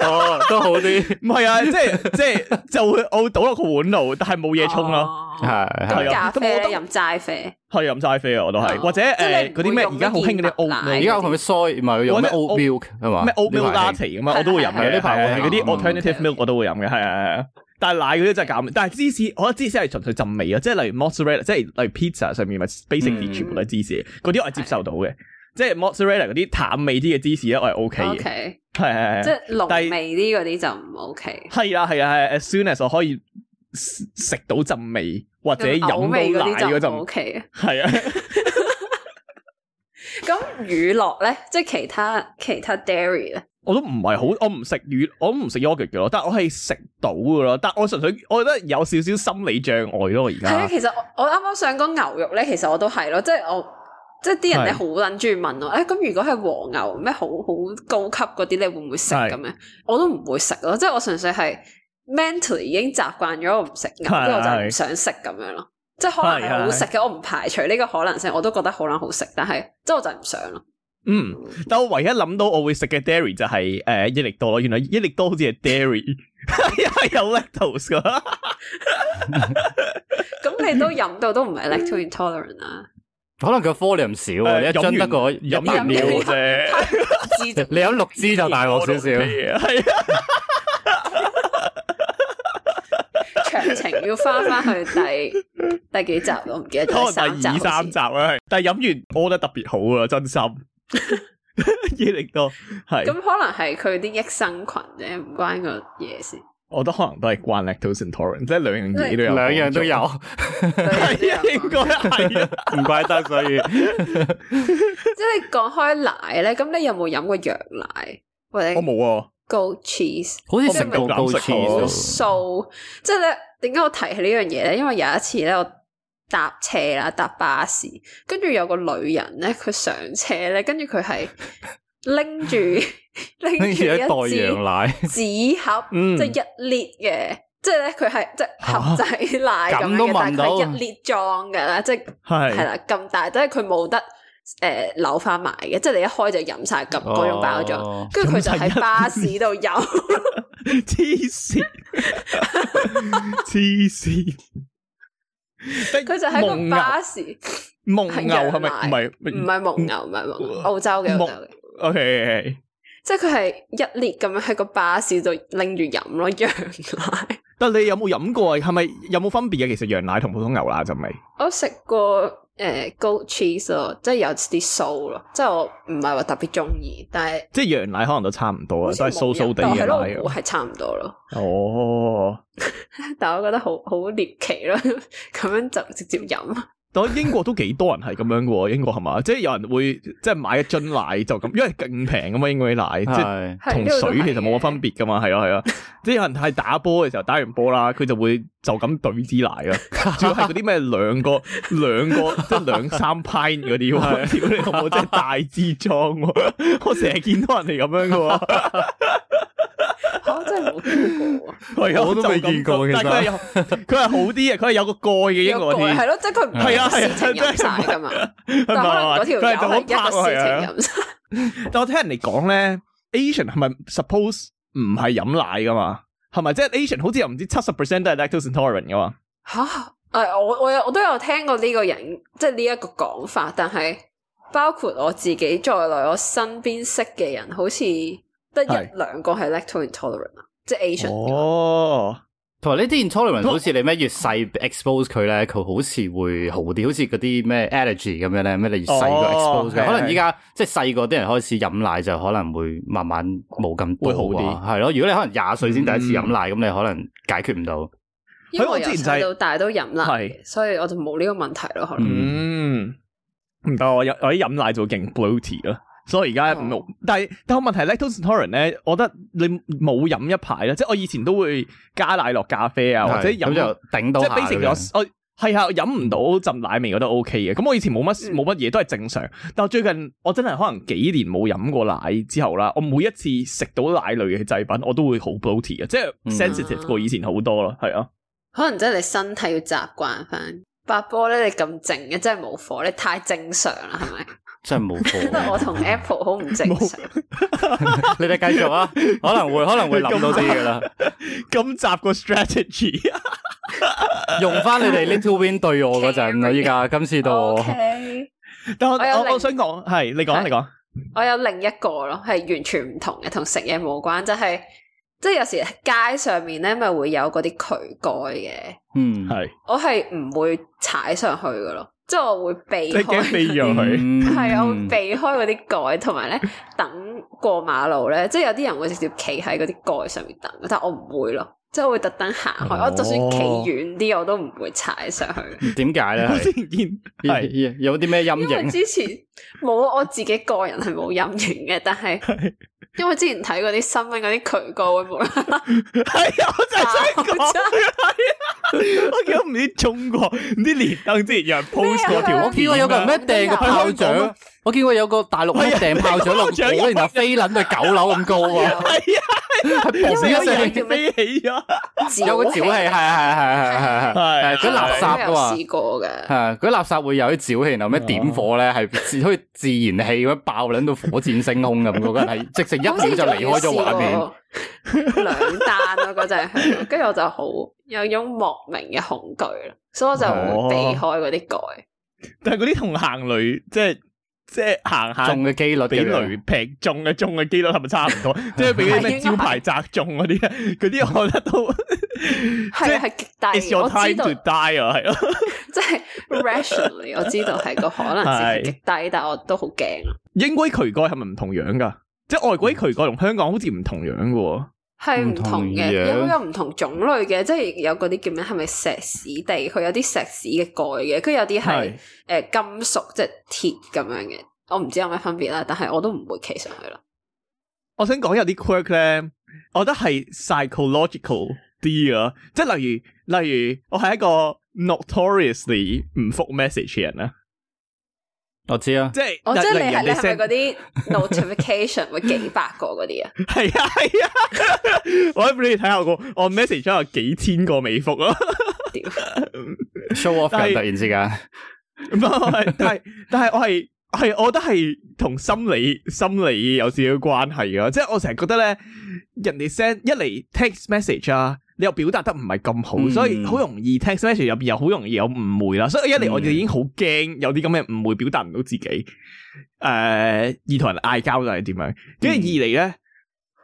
Speaker 2: 拍，哦，都好啲，
Speaker 1: 唔係 啊，即係即係就會我會倒落個碗度，但係冇嘢沖咯。
Speaker 3: 哦。
Speaker 2: 係
Speaker 1: 係
Speaker 2: 係
Speaker 1: 啊。
Speaker 3: 咖啡
Speaker 1: 咁我都
Speaker 3: 咧飲齋啡，
Speaker 1: 係飲齋啡啊，我都係，
Speaker 3: 哦
Speaker 1: 或者
Speaker 3: 即係
Speaker 1: 誒
Speaker 3: 你唔
Speaker 1: 嗰啲咩
Speaker 3: 會用
Speaker 1: 而家好興嗰啲
Speaker 3: 嗰啲
Speaker 1: 奧
Speaker 3: 麥
Speaker 2: 而
Speaker 3: 奶
Speaker 1: 咩
Speaker 2: 家我係咪 soy 唔係用咩
Speaker 1: 或者
Speaker 2: oat milk 係嘛？
Speaker 1: oat milk
Speaker 2: 呢排
Speaker 1: latte 咁啊，我都會飲
Speaker 3: 係
Speaker 1: 嘅。
Speaker 3: 係
Speaker 1: 呢排
Speaker 2: 係
Speaker 1: 係嗰啲
Speaker 2: 係
Speaker 1: alternative
Speaker 3: 係
Speaker 1: milk 我都會飲嘅，係係係。係但係奶嗰啲真係減，但係芝士，我覺得芝士係純粹浸味啊，即係例如 mozzarella，即係例如 pizza 上面咪 basically
Speaker 2: 嗯
Speaker 1: 全部都係芝士，嗰啲我係接受到嘅。即係 mozzarella 嗰啲淡味啲嘅芝士咧，我係 OK 嘅，
Speaker 3: ，OK，
Speaker 1: 係係係
Speaker 3: 即
Speaker 1: 係。
Speaker 3: 係濃味啲嗰啲就唔 OK。
Speaker 1: 係啊係啊係啊，as soon as 我可以食食到浸味或者飲
Speaker 3: 咁
Speaker 1: 到
Speaker 3: 牛味嗰
Speaker 1: 奶嗰
Speaker 3: 啲就唔
Speaker 1: 陣，
Speaker 3: OK 啊。
Speaker 1: 係啊。
Speaker 3: 咁乳酪咧，即係其他其他 dairy 咧，
Speaker 1: 我都唔係好，我唔食魚，我唔食 yogurt 嘅咯，但我係食到嘅咯，但我純粹我覺得有少少心理障礙咯，我而
Speaker 3: 係
Speaker 1: 家
Speaker 3: 啊。其實我我啱啱想講牛肉咧，其實我都係咯，即係我即係啲人咧
Speaker 1: 係
Speaker 3: 好撚中意問我，誒咁如果係和牛咩好好高級嗰啲，你會唔會食
Speaker 1: 係
Speaker 3: 咁樣？我都唔會食咯，即係我純粹係 mentally 已經習慣咗我唔食牛，
Speaker 1: 係
Speaker 3: 跟住我就唔
Speaker 1: 係
Speaker 3: 想食咁樣咯。即係可能係好食嘅，我唔排除呢個可能性，我都覺得好撚好食，但係即係我就唔想咯。
Speaker 1: 嗯，但我唯一諗到我會食嘅 dairy 就係、誒、益力多咯，原來益力多好似係 dairy，因為有 lactose 噶，
Speaker 3: 咁你都飲到都唔係 lactose intolerant 啊？
Speaker 2: 可能佢 volume 少啊，你一樽得個一
Speaker 1: 饮
Speaker 2: 啖
Speaker 1: 完料
Speaker 2: 料，
Speaker 1: 啫，
Speaker 3: 知就
Speaker 2: 你飲六支 就大鑊少 少。
Speaker 1: 系啊，
Speaker 3: 詳情要翻翻去 第第幾集，我唔記得
Speaker 1: 可能
Speaker 3: 咗。
Speaker 1: 第
Speaker 3: 三
Speaker 1: 二
Speaker 3: 集好
Speaker 1: 三
Speaker 3: 似
Speaker 1: 集啦，係但系饮完屙得特別好啊，真心。 益力多
Speaker 3: 咁
Speaker 1: 係，
Speaker 3: 可能係佢啲益生菌啫，唔關個嘢事。
Speaker 1: 我覺得可能都係關 lactose intolerant，即係兩樣嘢都有，
Speaker 2: 兩樣都 有，，
Speaker 1: 係啊，應
Speaker 3: 即
Speaker 1: 該係啊。
Speaker 2: 唔怪得，所以
Speaker 3: 係你講開奶咧，咁你有冇飲過羊奶或者
Speaker 1: 我冇啊，
Speaker 3: goat cheese？
Speaker 2: 好似
Speaker 3: 我
Speaker 2: 食
Speaker 3: 唔
Speaker 2: 到
Speaker 1: 敢
Speaker 2: 高
Speaker 1: 食
Speaker 3: 好
Speaker 2: 黐。
Speaker 3: 素，即系咧，點解我提起呢樣嘢咧？因為有一次咧，我搭車啦，搭巴士，跟住有個女人咧，佢上車咧，跟住佢 係拎住拎
Speaker 2: 拎住
Speaker 3: 住
Speaker 2: 一袋
Speaker 3: 一
Speaker 2: 羊奶，
Speaker 3: 支紙盒，
Speaker 1: 嗯
Speaker 3: 即係一列嘅，即係咧佢係即係盒仔奶咁
Speaker 2: 咁
Speaker 3: 樣嘅，但係
Speaker 2: 都聞到
Speaker 3: 佢係一列裝嘅啦，即係
Speaker 1: 係
Speaker 3: 係啦咁大，即係佢冇得诶扭翻埋嘅，即係你一開就飲晒咁嗰種包裝，
Speaker 2: 哦
Speaker 3: 跟住佢就
Speaker 1: 飲晒一
Speaker 3: 喺巴士度飲。
Speaker 1: 黐線， 黐線。
Speaker 3: 佢就喺
Speaker 1: 蒙
Speaker 3: 個
Speaker 1: 牛
Speaker 2: 啊
Speaker 3: 巴士，唔
Speaker 1: 蒙牛係咪
Speaker 3: 係
Speaker 1: 唔係
Speaker 3: 係蒙牛，唔係蒙牛，澳洲嘅
Speaker 1: 嗯蒙
Speaker 3: 澳洲嘅，
Speaker 1: ？O K，
Speaker 3: 即係佢係一列咁樣喺個巴士度拎住飲咯羊奶。
Speaker 1: 但你有冇飲過啊？係咪有冇分別嘅？其實羊奶同普通牛奶就味。
Speaker 3: 我食過誒 goat cheese 咯，即係有啲酥咯，即係我唔係話特別中意，但係
Speaker 1: 即係羊奶可能都差唔多啊，都係酥酥地嘅
Speaker 3: 係咯，
Speaker 1: 奶
Speaker 3: 我
Speaker 1: 啊。
Speaker 3: 係差唔多咯。
Speaker 1: 哦，
Speaker 3: 但係我覺得好好獵奇咯， 咁樣就直接飲。
Speaker 1: 但英國都幾多人係咁樣嘅喎，英國係嘛？即係有人會即係買一樽奶就咁，因為勁平噶啊嘛英國啲奶，即係
Speaker 2: 係
Speaker 3: 係
Speaker 1: 同
Speaker 3: 呢度都
Speaker 1: 水其實
Speaker 3: 係
Speaker 1: 冇乜
Speaker 3: 嘅
Speaker 1: 分別噶嘛，係啊係啊。即係有人係打波嘅時候打完波啦，佢就會就咁兑支奶啦，仲要係嗰啲咩兩個兩個即係兩三 pint 嗰啲喎， 屌你老母真係大支裝喎！ 我成日見到人哋咁樣嘅喎。
Speaker 3: 我哦真係冇見 過喎。
Speaker 1: 係啊
Speaker 2: 我都未
Speaker 1: 就咁
Speaker 2: 見過
Speaker 1: 講但係佢係有佢係好啲啊嘅，佢係有個蓋嘅英國啲，
Speaker 3: 係咯，即係佢唔
Speaker 1: 係啊係啊
Speaker 3: 係事情飲晒㗎嘛，但可能嗰 條
Speaker 1: 佢係就
Speaker 3: 友
Speaker 1: 咁
Speaker 3: 係一個事情
Speaker 1: 拍啊。
Speaker 3: 飲晒。
Speaker 1: 但我聽人哋講咧，Asian 係咪 suppose 唔係飲奶噶嘛？係咪即係 Asian 好似又唔知七十 percent 都係 lactose intolerant 噶嘛？
Speaker 3: 吓，诶、我我有我都有聽過呢個人，即係呢一個講法，但係包括我自己在內，我身邊識嘅人好似得
Speaker 1: 係
Speaker 3: 一兩個係 lactose intolerant 啊，即係 Asian 嘅話。
Speaker 1: 哦，
Speaker 2: 同埋呢啲 intolerance 好似你咩越細 expose 佢咧，佢好似會好啲，好似嗰啲咩 allergy 咁樣咧，咩你越細個
Speaker 1: 哦
Speaker 2: expose 佢，可
Speaker 1: 係
Speaker 2: 能依家即係細個啲人開始飲奶就可能會慢慢冇咁多啊
Speaker 1: 會好啲
Speaker 2: 啩係咯。如果你可能廿歲先第一次飲奶，咁你可能解決唔到。
Speaker 3: 因為
Speaker 1: 係我
Speaker 3: 我
Speaker 1: 之
Speaker 3: 由
Speaker 1: 前就係
Speaker 3: 細到大都飲奶
Speaker 1: 係
Speaker 3: 嘅，所以我就冇呢個問題咯。可能、
Speaker 1: 嗯，唔得，我飲我啲飲奶就會勁 bloaty 咯。所以而家冇
Speaker 3: 哦，
Speaker 1: 但係但係我問題 lactose intolerant 咧，我覺得你冇飲一排咧，即係我以前都會加奶落咖啡啊，或者
Speaker 2: 係
Speaker 1: 飲
Speaker 2: 咁就頂到
Speaker 1: 即
Speaker 2: 下
Speaker 1: 係 b
Speaker 2: 咁
Speaker 1: a
Speaker 2: 樣。
Speaker 1: s 我係啊，飲唔到浸奶味，覺得 O K 嘅。咁我以前冇乜
Speaker 3: 嗯
Speaker 1: 冇乜嘢，都係正常。但我最近我真係可能幾年冇飲過奶之後啦，我每一次食到奶類嘅製品，我都會好 bloaty 嘅，即係
Speaker 2: 嗯
Speaker 1: sensitive 過以前好多咯。係啊，
Speaker 3: 可能真係你身體要習慣翻。白波咧，你咁靜嘅真係冇火，你太正常啦，係咪？
Speaker 2: 真係冇
Speaker 3: 因為
Speaker 2: 貨。啊
Speaker 3: 我同 Apple 好唔正常。
Speaker 2: 你哋繼 續啊，可能會可能會諗到啲噶啦，
Speaker 1: 今集個 strategy
Speaker 2: 用翻你哋 Little Win 對我嗰陣啦，依家今次到我
Speaker 3: O。K。
Speaker 1: 但我
Speaker 3: 我有
Speaker 1: 我
Speaker 3: 另
Speaker 1: 我想講係你講
Speaker 3: 係
Speaker 1: 你講
Speaker 3: 我有另一個咯，係完全唔同嘅，同食嘢冇關，就係即係有時街上面咧，咪會有嗰啲渠蓋嘅，
Speaker 2: 嗯，
Speaker 1: 係
Speaker 3: 我係唔會踩上去噶咯，即係我會避
Speaker 1: 你驚飛
Speaker 3: 開，
Speaker 1: 咗佢
Speaker 2: 嗯
Speaker 3: 係啊我會避開嗰啲蓋，同埋咧等過馬路咧，即係有啲人會直接企喺嗰啲蓋上面等，但我唔會咯，即係我會特登行開，
Speaker 1: 哦
Speaker 3: 我就算企遠啲，我都唔會踩上去。
Speaker 2: 點解咧？
Speaker 1: 我
Speaker 2: 係
Speaker 1: 之前見
Speaker 2: 有
Speaker 1: 係
Speaker 2: 有有啲咩陰
Speaker 3: 因為
Speaker 2: 影？啊
Speaker 3: 之前冇我自己個人係冇陰影嘅，但 係
Speaker 1: 係
Speaker 3: 因為之前睇嗰啲新聞嗰啲渠告會無啦啦
Speaker 1: 係啊，我就係想講
Speaker 3: 爆炸
Speaker 1: 係 啊，我見到唔知中國唔知連登之前有人 post 嗰條
Speaker 3: 咩啊
Speaker 2: 我見過有個人咩掟個炮
Speaker 1: 係香港
Speaker 2: 仗，我見過有個大陸咩掟 炮仗落火，然後飛撚到九樓咁高
Speaker 3: 有
Speaker 2: 啊！
Speaker 1: 係啊，
Speaker 2: 係
Speaker 1: 死
Speaker 2: 砰
Speaker 1: 咗
Speaker 2: 一
Speaker 1: 成
Speaker 2: 聲，
Speaker 1: 條飛起咗。
Speaker 2: 有個沼氣，係係係係係係係，嗰啲垃圾噶嘛
Speaker 3: 我有。試過嘅，
Speaker 2: 係嗰啲垃圾會有啲沼氣，然後咩點火咧，係自好似自然氣咁樣爆撚到火箭升空咁，嗰個人係直情一秒就離開咗畫面。
Speaker 3: 面，兩單咯嗰陣係，跟住
Speaker 2: 哦
Speaker 3: 我就好有種莫名嘅恐懼啦，所以我就會避開嗰啲蓋。
Speaker 1: 但系嗰啲同行雷，即系即系行下
Speaker 2: 中嘅機率
Speaker 1: 俾
Speaker 2: 嘅
Speaker 1: 雷劈中嘅中嘅機率係咪差 唔多？即係俾啲咩招牌砸中嗰啲，嗰啲我覺得都即
Speaker 3: 係
Speaker 1: 係
Speaker 3: 啊係極低
Speaker 1: It's your
Speaker 3: 我知
Speaker 1: time
Speaker 3: 道
Speaker 1: to die 啊，係咯。
Speaker 3: 即係 rationally，我知道係個可能性係極低，但我都好驚啊。
Speaker 1: 英龜渠蓋係咪唔同樣噶？即係外國啲渠蓋同香港好似唔同樣嘅喎。
Speaker 3: 係唔
Speaker 2: 唔同
Speaker 3: 同嘅，
Speaker 2: 樣
Speaker 3: 有有唔同種類嘅，即係有嗰啲叫咩？係咪石屎地？佢有啲石屎嘅蓋嘅，跟住有啲係诶金屬，即係鐵咁樣嘅。我唔知有咩分別啦，但係我都唔會企上去咯。
Speaker 1: 我想講有啲 quirk 咧，我覺得係 psychological 啲啊，即係例如例如我係一個 notoriously 唔復 message 嘅人啦，
Speaker 2: 我知啊，
Speaker 1: 即係
Speaker 3: 我哦即係
Speaker 1: 例
Speaker 3: 你
Speaker 1: 如
Speaker 3: 係
Speaker 1: 人
Speaker 3: 你
Speaker 1: 哋
Speaker 3: 係
Speaker 1: send-
Speaker 3: 咪嗰 啲 notification 會幾百個嗰啲啊？
Speaker 1: 系啊系啊， 我俾你睇下個我 message 咗有幾千個未覆啊，
Speaker 3: 屌！
Speaker 2: show off
Speaker 1: 但係
Speaker 2: 緊突然之間，
Speaker 1: 唔係但係但係我係系我覺得係同心理心理有少少關係噶，即係我成日覺得咧，人哋 send 一嚟 text message 啊。你又表達得唔係咁好，
Speaker 2: 嗯
Speaker 1: 所以好容易 text message 入邊又好容易有誤會啦。所以一嚟我哋已經好驚有啲咁嘅誤會，表達唔到自己。誒、而同人嗌交就係點樣？跟住二嚟咧，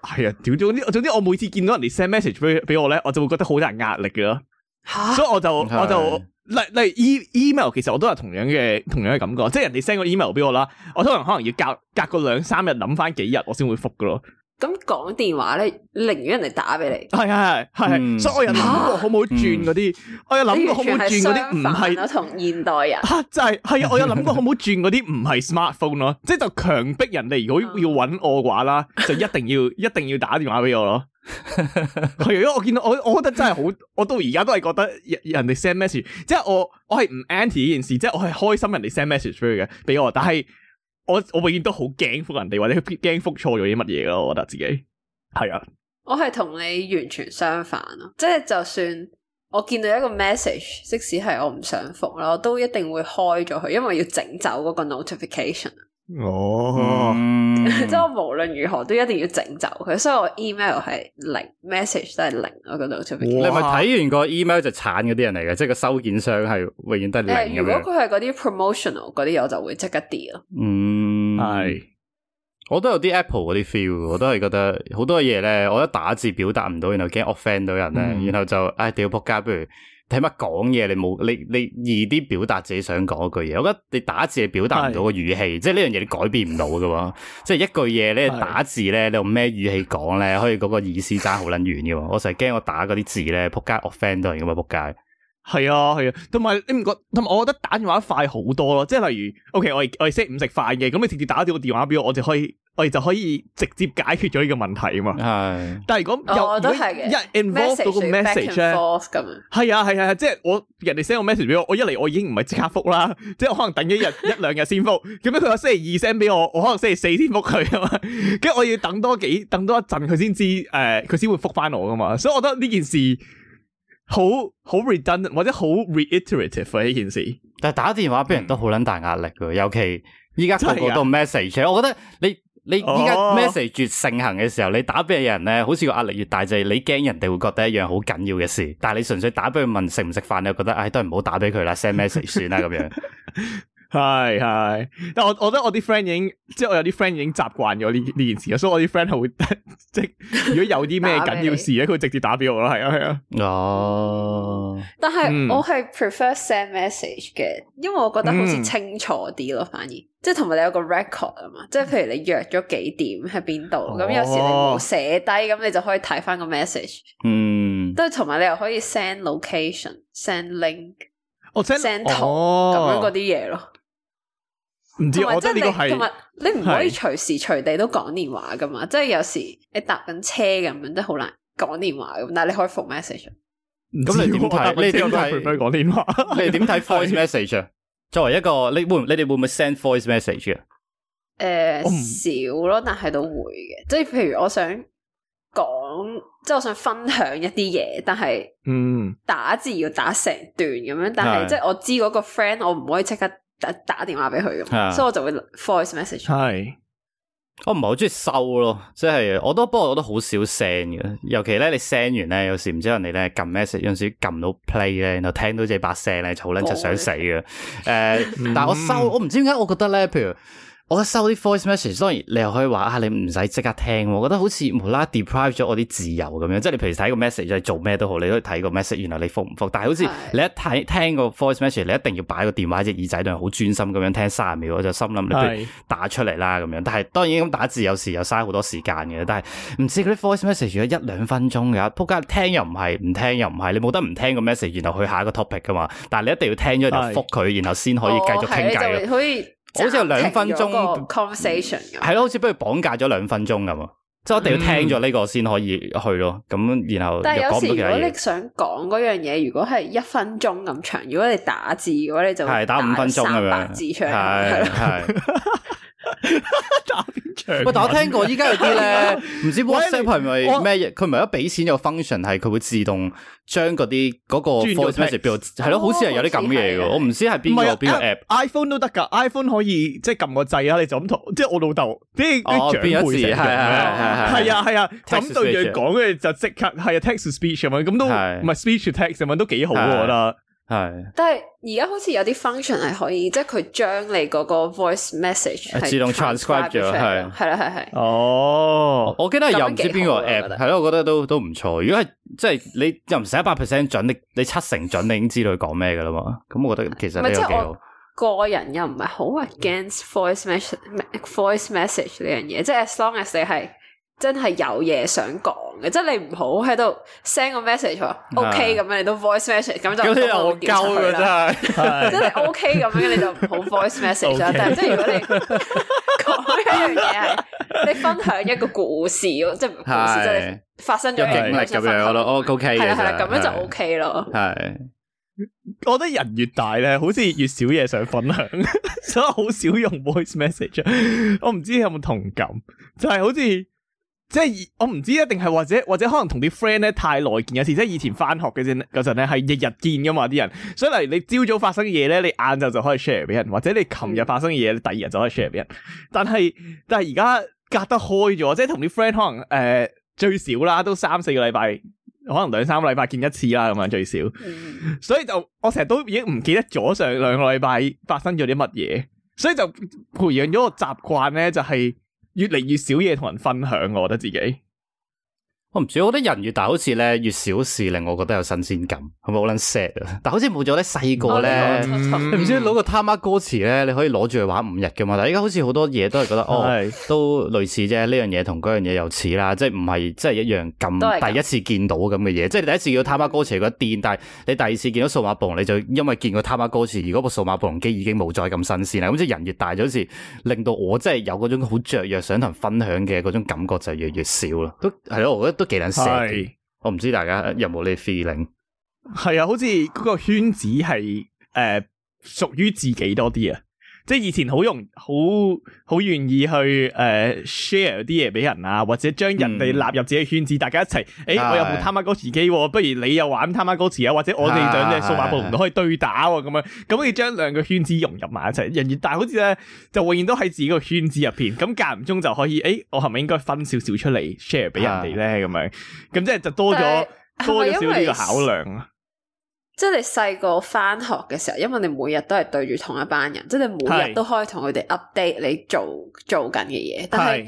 Speaker 1: 係啊，屌總之總之我每次見到人哋 send message 俾俾我咧，我就會覺得好大壓力嘅咯。
Speaker 3: 吓
Speaker 1: 所以我就
Speaker 3: 嗯
Speaker 2: 係
Speaker 1: 我就例例如 e email，其實我都有同樣嘅同樣嘅感覺，即係人哋 send 個 email 俾我啦，我通常可能要隔隔個兩三日諗翻幾日，我先會覆噶咯。
Speaker 3: 咁講電話咧，寧願人哋打俾你。
Speaker 1: 係係係係，
Speaker 2: 嗯
Speaker 1: 所以我有諗過好唔好轉嗰啲，我有諗過好唔好轉嗰啲唔
Speaker 3: 嗯你完全係相反
Speaker 1: 係
Speaker 3: 咯，同現代人
Speaker 1: 吓就係係啊！我有諗過好唔好轉嗰啲唔係 smartphone 咯，即係就強迫人哋如果要揾我嘅話啦，就一定要一定要打電話俾我咯。係啊，因為我見到我我覺得真係好，我到而家都係覺得人人哋 send message，即係我我係唔 anti 呢件事，即係我係開心人哋 send message 俾佢嘅俾我，但係我我永遠都好驚覆人哋或者驚覆錯咗啲乜嘢咯，我覺得自己係啊，
Speaker 3: 我係同你完全相反咯，即係就算我見到一個 message，即使係我唔想覆啦，我都一定會開咗佢，因為要整走嗰個 notification。啊
Speaker 1: 哦，
Speaker 2: 嗯
Speaker 3: 即係我無論如何都一定要整走佢，所以我 email 係零，message 都係零，我個
Speaker 2: 你
Speaker 3: notification。
Speaker 2: 係咪睇完個 email 就鏟嗰啲人嚟嘅，即係個收件箱係永遠都係
Speaker 3: 誒，
Speaker 2: 零
Speaker 3: 如
Speaker 2: 咁
Speaker 3: 果
Speaker 2: 樣。
Speaker 3: 佢係嗰啲 promotional 嗰啲，我就會即刻 d 咯。
Speaker 2: 嗯，
Speaker 1: 係
Speaker 2: 我都有啲 Apple 嗰啲 feel，我都係覺得好多嘢咧，我一打字表達唔到，然後驚 offend 到人咧，
Speaker 1: 嗯
Speaker 2: 然後就唉屌仆街，不如睇乜講嘢，你冇你你易啲表達自己想講嗰句嘢。我覺得你打字係表達唔到個語氣，即係呢樣嘢你改變唔到嘅喎。即係一句嘢咧
Speaker 1: 係
Speaker 2: 打字咧，你用咩語氣講咧，可以嗰個意思爭好撚遠嘅喎。我成日驚我打嗰啲字咧，仆街 offend 到人嘅嘛，仆街。
Speaker 1: 係啊，係啊，同埋你唔覺，同埋我覺得打電話快好多咯，即係例如，OK，我係我係識唔食飯嘅，咁你直接打咗個電話俾我，我就可以，我哋就可以直接解決咗呢個問題啊嘛。
Speaker 2: 係
Speaker 1: 但係如果
Speaker 3: 哦
Speaker 1: 又
Speaker 3: 我都
Speaker 1: 如果
Speaker 3: 係嘅
Speaker 1: 一 involve 到個
Speaker 3: 要 back
Speaker 1: message
Speaker 3: and
Speaker 1: 咧，
Speaker 3: forth 咁樣。
Speaker 1: 係啊係啊係啊，即係我人哋 send 個 message 俾我，我一嚟我已經唔係即刻覆啦， 即係我可能等一 日一兩日先覆，咁樣佢話星期二 send 俾我，我可能星期四先覆佢啊嘛， 跟住我要等多幾等多一陣佢先知誒，呃佢、先會覆翻我噶嘛，所以我覺得呢件事好好 redundant 或者好 reiterative 啊呢件事。
Speaker 2: 但系打電話俾人都好撚大壓力嘅，尤其依家個
Speaker 1: 嗯真係
Speaker 2: 個
Speaker 1: 㗎
Speaker 2: 都 message。我覺得你你依家
Speaker 1: 哦
Speaker 2: message 越盛行嘅時候，你打俾人咧，好似個壓力越大，就係你驚人哋會覺得一樣好緊要嘅事。但係你純粹打俾佢問食唔食飯，你就覺得唉，都係唔好打俾佢啦，send message 算啦咁樣。
Speaker 1: 係係，但我我覺得我啲 friend 已經，即係我有啲 friend 已經習慣咗呢呢件事啊，所以我啲 friend 係會 即係如果有啲咩
Speaker 3: 打俾
Speaker 1: 緊
Speaker 3: 你
Speaker 1: 要事咧，佢會直接打俾我啦，係啊係啊，
Speaker 2: 哦，
Speaker 3: 但
Speaker 1: 嗯
Speaker 3: 係我係 prefer send message 嘅，因為我覺得好似
Speaker 1: 嗯
Speaker 3: 清楚啲咯，反而即係同埋你有個 record 啊嘛，即係譬如你約咗幾點喺邊度，
Speaker 1: 哦
Speaker 3: 咁有時你冇寫低，咁你就可以睇翻個 message，
Speaker 2: 嗯，
Speaker 3: 都係同埋你又可以 send location、send link
Speaker 1: 我 send
Speaker 3: send 圖咁樣嗰啲
Speaker 1: 哦
Speaker 3: 嘢咯。
Speaker 1: 唔知
Speaker 3: 同
Speaker 1: 我
Speaker 3: 埋
Speaker 1: 覺得呢
Speaker 3: 即係
Speaker 1: 個
Speaker 3: 你同
Speaker 1: 係
Speaker 3: 埋你唔可以
Speaker 1: 係
Speaker 3: 隨時隨地都講電話噶嘛，即係有時你搭緊車咁樣都好難講電話咁，但係你可以覆 message。啊
Speaker 1: 唔知
Speaker 2: 咁你點
Speaker 1: 喎
Speaker 2: 睇
Speaker 1: 但我
Speaker 2: 你
Speaker 1: 知我
Speaker 2: 點
Speaker 1: 都
Speaker 2: 睇
Speaker 1: 係 prefer 講電話？
Speaker 2: 你 哋點睇 voice
Speaker 1: 係
Speaker 2: message 啊？作為一個你會唔你哋會唔會 send voice message 啊？
Speaker 3: 诶、
Speaker 1: 我唔
Speaker 3: 呃少咯，但係都會嘅，即係譬如我想講，即係我想分享一啲嘢，但係
Speaker 1: 嗯，
Speaker 3: 打字要打成段咁樣，但
Speaker 2: 係
Speaker 3: 係即係我知嗰個 friend，我唔可以即刻打打电话俾佢咁，
Speaker 2: 係
Speaker 3: 所以我就會 voice message。
Speaker 1: 係
Speaker 2: 我唔係好中意收咯，即係我都不過我都好少 send 嘅，尤其咧你 send 完咧，有時唔知人哋咧撳 message，有陣時撳到 play 咧，然後聽到自己把聲咧，就好撚柒想死 嘅。誒、但係我收，我唔知點解，我覺得咧，譬如。我收啲 voice message，當然你又可以話啊，你唔使即刻聽喎，我覺得好似無啦啦 deprive 咗我啲自由咁樣，即係你平時睇個 message 係做咩都好，你都睇個 message，然後你覆唔覆，但係好似
Speaker 3: 係
Speaker 2: 你一睇聽個 voice message，你一定要擺個電話喺隻耳仔度，好專心咁樣聽三十秒，我就心諗你不如
Speaker 1: 係
Speaker 2: 打出嚟啦咁樣。但係當然咁打字有時又嘥好多時間嘅，但係唔知嗰啲 voice message 如果一兩分鐘㗎，仆街聽又唔係，唔聽又唔係，你冇得唔聽個 message，然後去下一個 topic 噶嘛。但係你一定要聽咗然後覆佢，然後先可以
Speaker 3: 哦
Speaker 2: 繼續傾偈咯。
Speaker 3: 可以
Speaker 2: 好似有兩分鐘嗯
Speaker 3: 鐘 conversation 咁。
Speaker 2: 係咯，好似不如綁架咗兩分鐘咁啊！即係我一定要聽咗呢個先可以去咯。咁然後
Speaker 3: 嗯但係
Speaker 2: 又
Speaker 3: 有
Speaker 2: 講唔
Speaker 3: 時
Speaker 2: 到其
Speaker 3: 如
Speaker 2: 他
Speaker 3: 果
Speaker 2: 嘢
Speaker 3: 你。想講嗰樣嘢，如果係一分鐘咁長，如果你打字嘅話，你就
Speaker 2: 係打五分鐘咁
Speaker 3: 三百
Speaker 2: 樣，
Speaker 3: 字出嚟，係咯
Speaker 2: 係係。
Speaker 1: 打邊場
Speaker 2: 喂，但我聽過依家有啲咧， 唔知 WhatsApp 係咪
Speaker 1: 啊我
Speaker 2: 咩嘢？佢唔係一俾錢有 function 係佢會自動將嗰啲嗰個
Speaker 1: 轉做
Speaker 2: voice message 變做係咯，好似係有啲咁嘅嘢
Speaker 3: 哦
Speaker 2: 嘅。
Speaker 3: 好似係
Speaker 2: 我唔知係邊
Speaker 1: 唔
Speaker 2: 個
Speaker 1: 係啊
Speaker 2: 邊個 app。
Speaker 1: iPhone 都得噶，iPhone 可以即係撳個掣啊，你就咁同，即係我老豆，即係
Speaker 2: 哦
Speaker 1: 啲長
Speaker 2: 變咗字
Speaker 1: 輩成日
Speaker 2: 係係係係係
Speaker 1: 係啊係啊，就
Speaker 2: Text
Speaker 1: 咁對住
Speaker 2: to speech
Speaker 1: 講嘅就即刻係啊 text to speech 咁樣，咁都唔
Speaker 2: 係
Speaker 1: 係 speech to text 咁樣都幾好啊
Speaker 2: 係
Speaker 1: 我覺得。
Speaker 2: 係
Speaker 3: 但係而家好似有啲 function 係可以，即係佢將你嗰個 voice message 係
Speaker 2: 自動 transcribe
Speaker 3: 出
Speaker 2: 咗
Speaker 3: 嚟
Speaker 2: 係
Speaker 3: 係啦係係。
Speaker 1: 哦，
Speaker 2: 我記得係又唔知
Speaker 3: 咁樣
Speaker 2: 邊個
Speaker 3: 幾好啊我覺
Speaker 2: app
Speaker 3: 得
Speaker 2: 係咯，我覺得都都唔錯。如果係即係你又唔使一百 percent 準，你你七成準，你已經知道佢講咩噶啦嘛。咁我覺得其
Speaker 3: 唔係
Speaker 2: 實呢個
Speaker 3: 即
Speaker 2: 幾
Speaker 3: 係我
Speaker 2: 好。
Speaker 3: 個人又唔係好 against voice message voice message 呢樣嘢，即係 as long as 你係真係有嘢想講嘅，即係你唔好喺度 send 個 message 話 OK 咁樣，你都 voice message 咁就
Speaker 2: 啊咁你
Speaker 3: 咁
Speaker 2: 又
Speaker 3: 就掉出
Speaker 2: 鳩
Speaker 3: 去
Speaker 2: 嘅
Speaker 3: 啦
Speaker 2: 真係。
Speaker 3: 即係 OK 咁樣，你就唔好 voice message 啦。但係即係如果你 講一樣嘢係你分享一個故事，即係故事即
Speaker 2: 係
Speaker 3: 係發生咗
Speaker 2: 有經
Speaker 3: 嘢
Speaker 2: 歷咁樣我覺得哦，OK 嘅
Speaker 3: 係啦係啦，
Speaker 2: 其
Speaker 3: 咁
Speaker 2: 實
Speaker 3: 樣
Speaker 2: 係
Speaker 3: 就 OK 咯。
Speaker 2: 係
Speaker 1: 我覺得人越大咧，好似越少嘢想分享， 所以好少用 voice message 啊。我唔知有冇同感，就係、好似即係我唔知一定係或者或者可能同啲 friend 咧太耐見一次，即係以前翻學嗰陣嗰陣咧係日日見噶嘛啲人，所以例如你朝早發生嘅嘢咧，你晏晝就可以 share 俾人，或者你琴日發生嘅嘢，你第二日就可以 share 俾人。但係但係而家隔得開咗，即係同啲 friend 可能誒、呃最少啦，都三四個禮拜，可能兩三個禮拜見一次啦，咁樣最少。
Speaker 3: 嗯
Speaker 1: 所以就我成日都已經唔記得咗上兩個禮拜發生咗啲乜嘢，所以就培養咗個習慣咧，就係越嚟越少嘢同人分享。我覺得自己
Speaker 2: 我唔知，我覺得人越大，好似咧越小事令我覺得有新鮮感，係咪好撚 sad 啊？但好似冇咗咧細個
Speaker 3: 哦
Speaker 2: 咧
Speaker 3: 呢個。我就
Speaker 2: 你唔知攞個他媽歌詞咧，你可以攞住去玩五日噶嘛？但係而家好似好多嘢都係覺得哦
Speaker 1: 係，
Speaker 2: 都類似啫，呢樣嘢同嗰樣嘢又似啦，即係唔係即係一樣
Speaker 3: 都係
Speaker 2: 咁
Speaker 3: 咁
Speaker 2: 第一次見到咁嘅嘢，即係你第一次見到他媽歌詞覺得癲，但係你第二次見到數碼暴龍，你就因為見過他媽歌詞，而嗰部數碼暴龍機已經冇再咁新鮮啦。咁即係人越大咗，好似令到我真係有嗰種好雀躍想同人分享嘅嗰種感覺就越嚟越少啦。都係咯，我覺得都幾撚 sad 嘅
Speaker 1: 係
Speaker 2: 我唔知大家有冇呢個 feeling？
Speaker 1: 係啊，好似嗰個圈子係誒屬於自己多啲啊，即係以前好容好好願意去誒、呃 share 啲嘢俾人啊，或者將人哋
Speaker 2: 嗯
Speaker 1: 納入自己圈子，大家一齊誒、欸
Speaker 2: 係
Speaker 1: 我有部 Tamagotchi 機喎，不如你又玩 Tamagotchi 啊，或者我哋兩隻數碼暴龍都可以對打喎，咁樣咁可以將兩個圈子融入埋一齊。人越大，好似咧就永遠都喺自己個圈子入邊，咁間唔中就可以誒、欸我係咪應該分少少出嚟 share 俾人哋咧？咁樣咁即係就多咗
Speaker 3: 但係
Speaker 1: 多咗
Speaker 3: 係咪因
Speaker 1: 少呢
Speaker 3: 為
Speaker 1: 個考量啊。
Speaker 3: 即係你細個翻學嘅時候，因為你每日都係對住同一班人，即係你每日
Speaker 1: 係
Speaker 3: 都可以同佢哋 update 你做做緊嘅嘢。但係
Speaker 1: 係，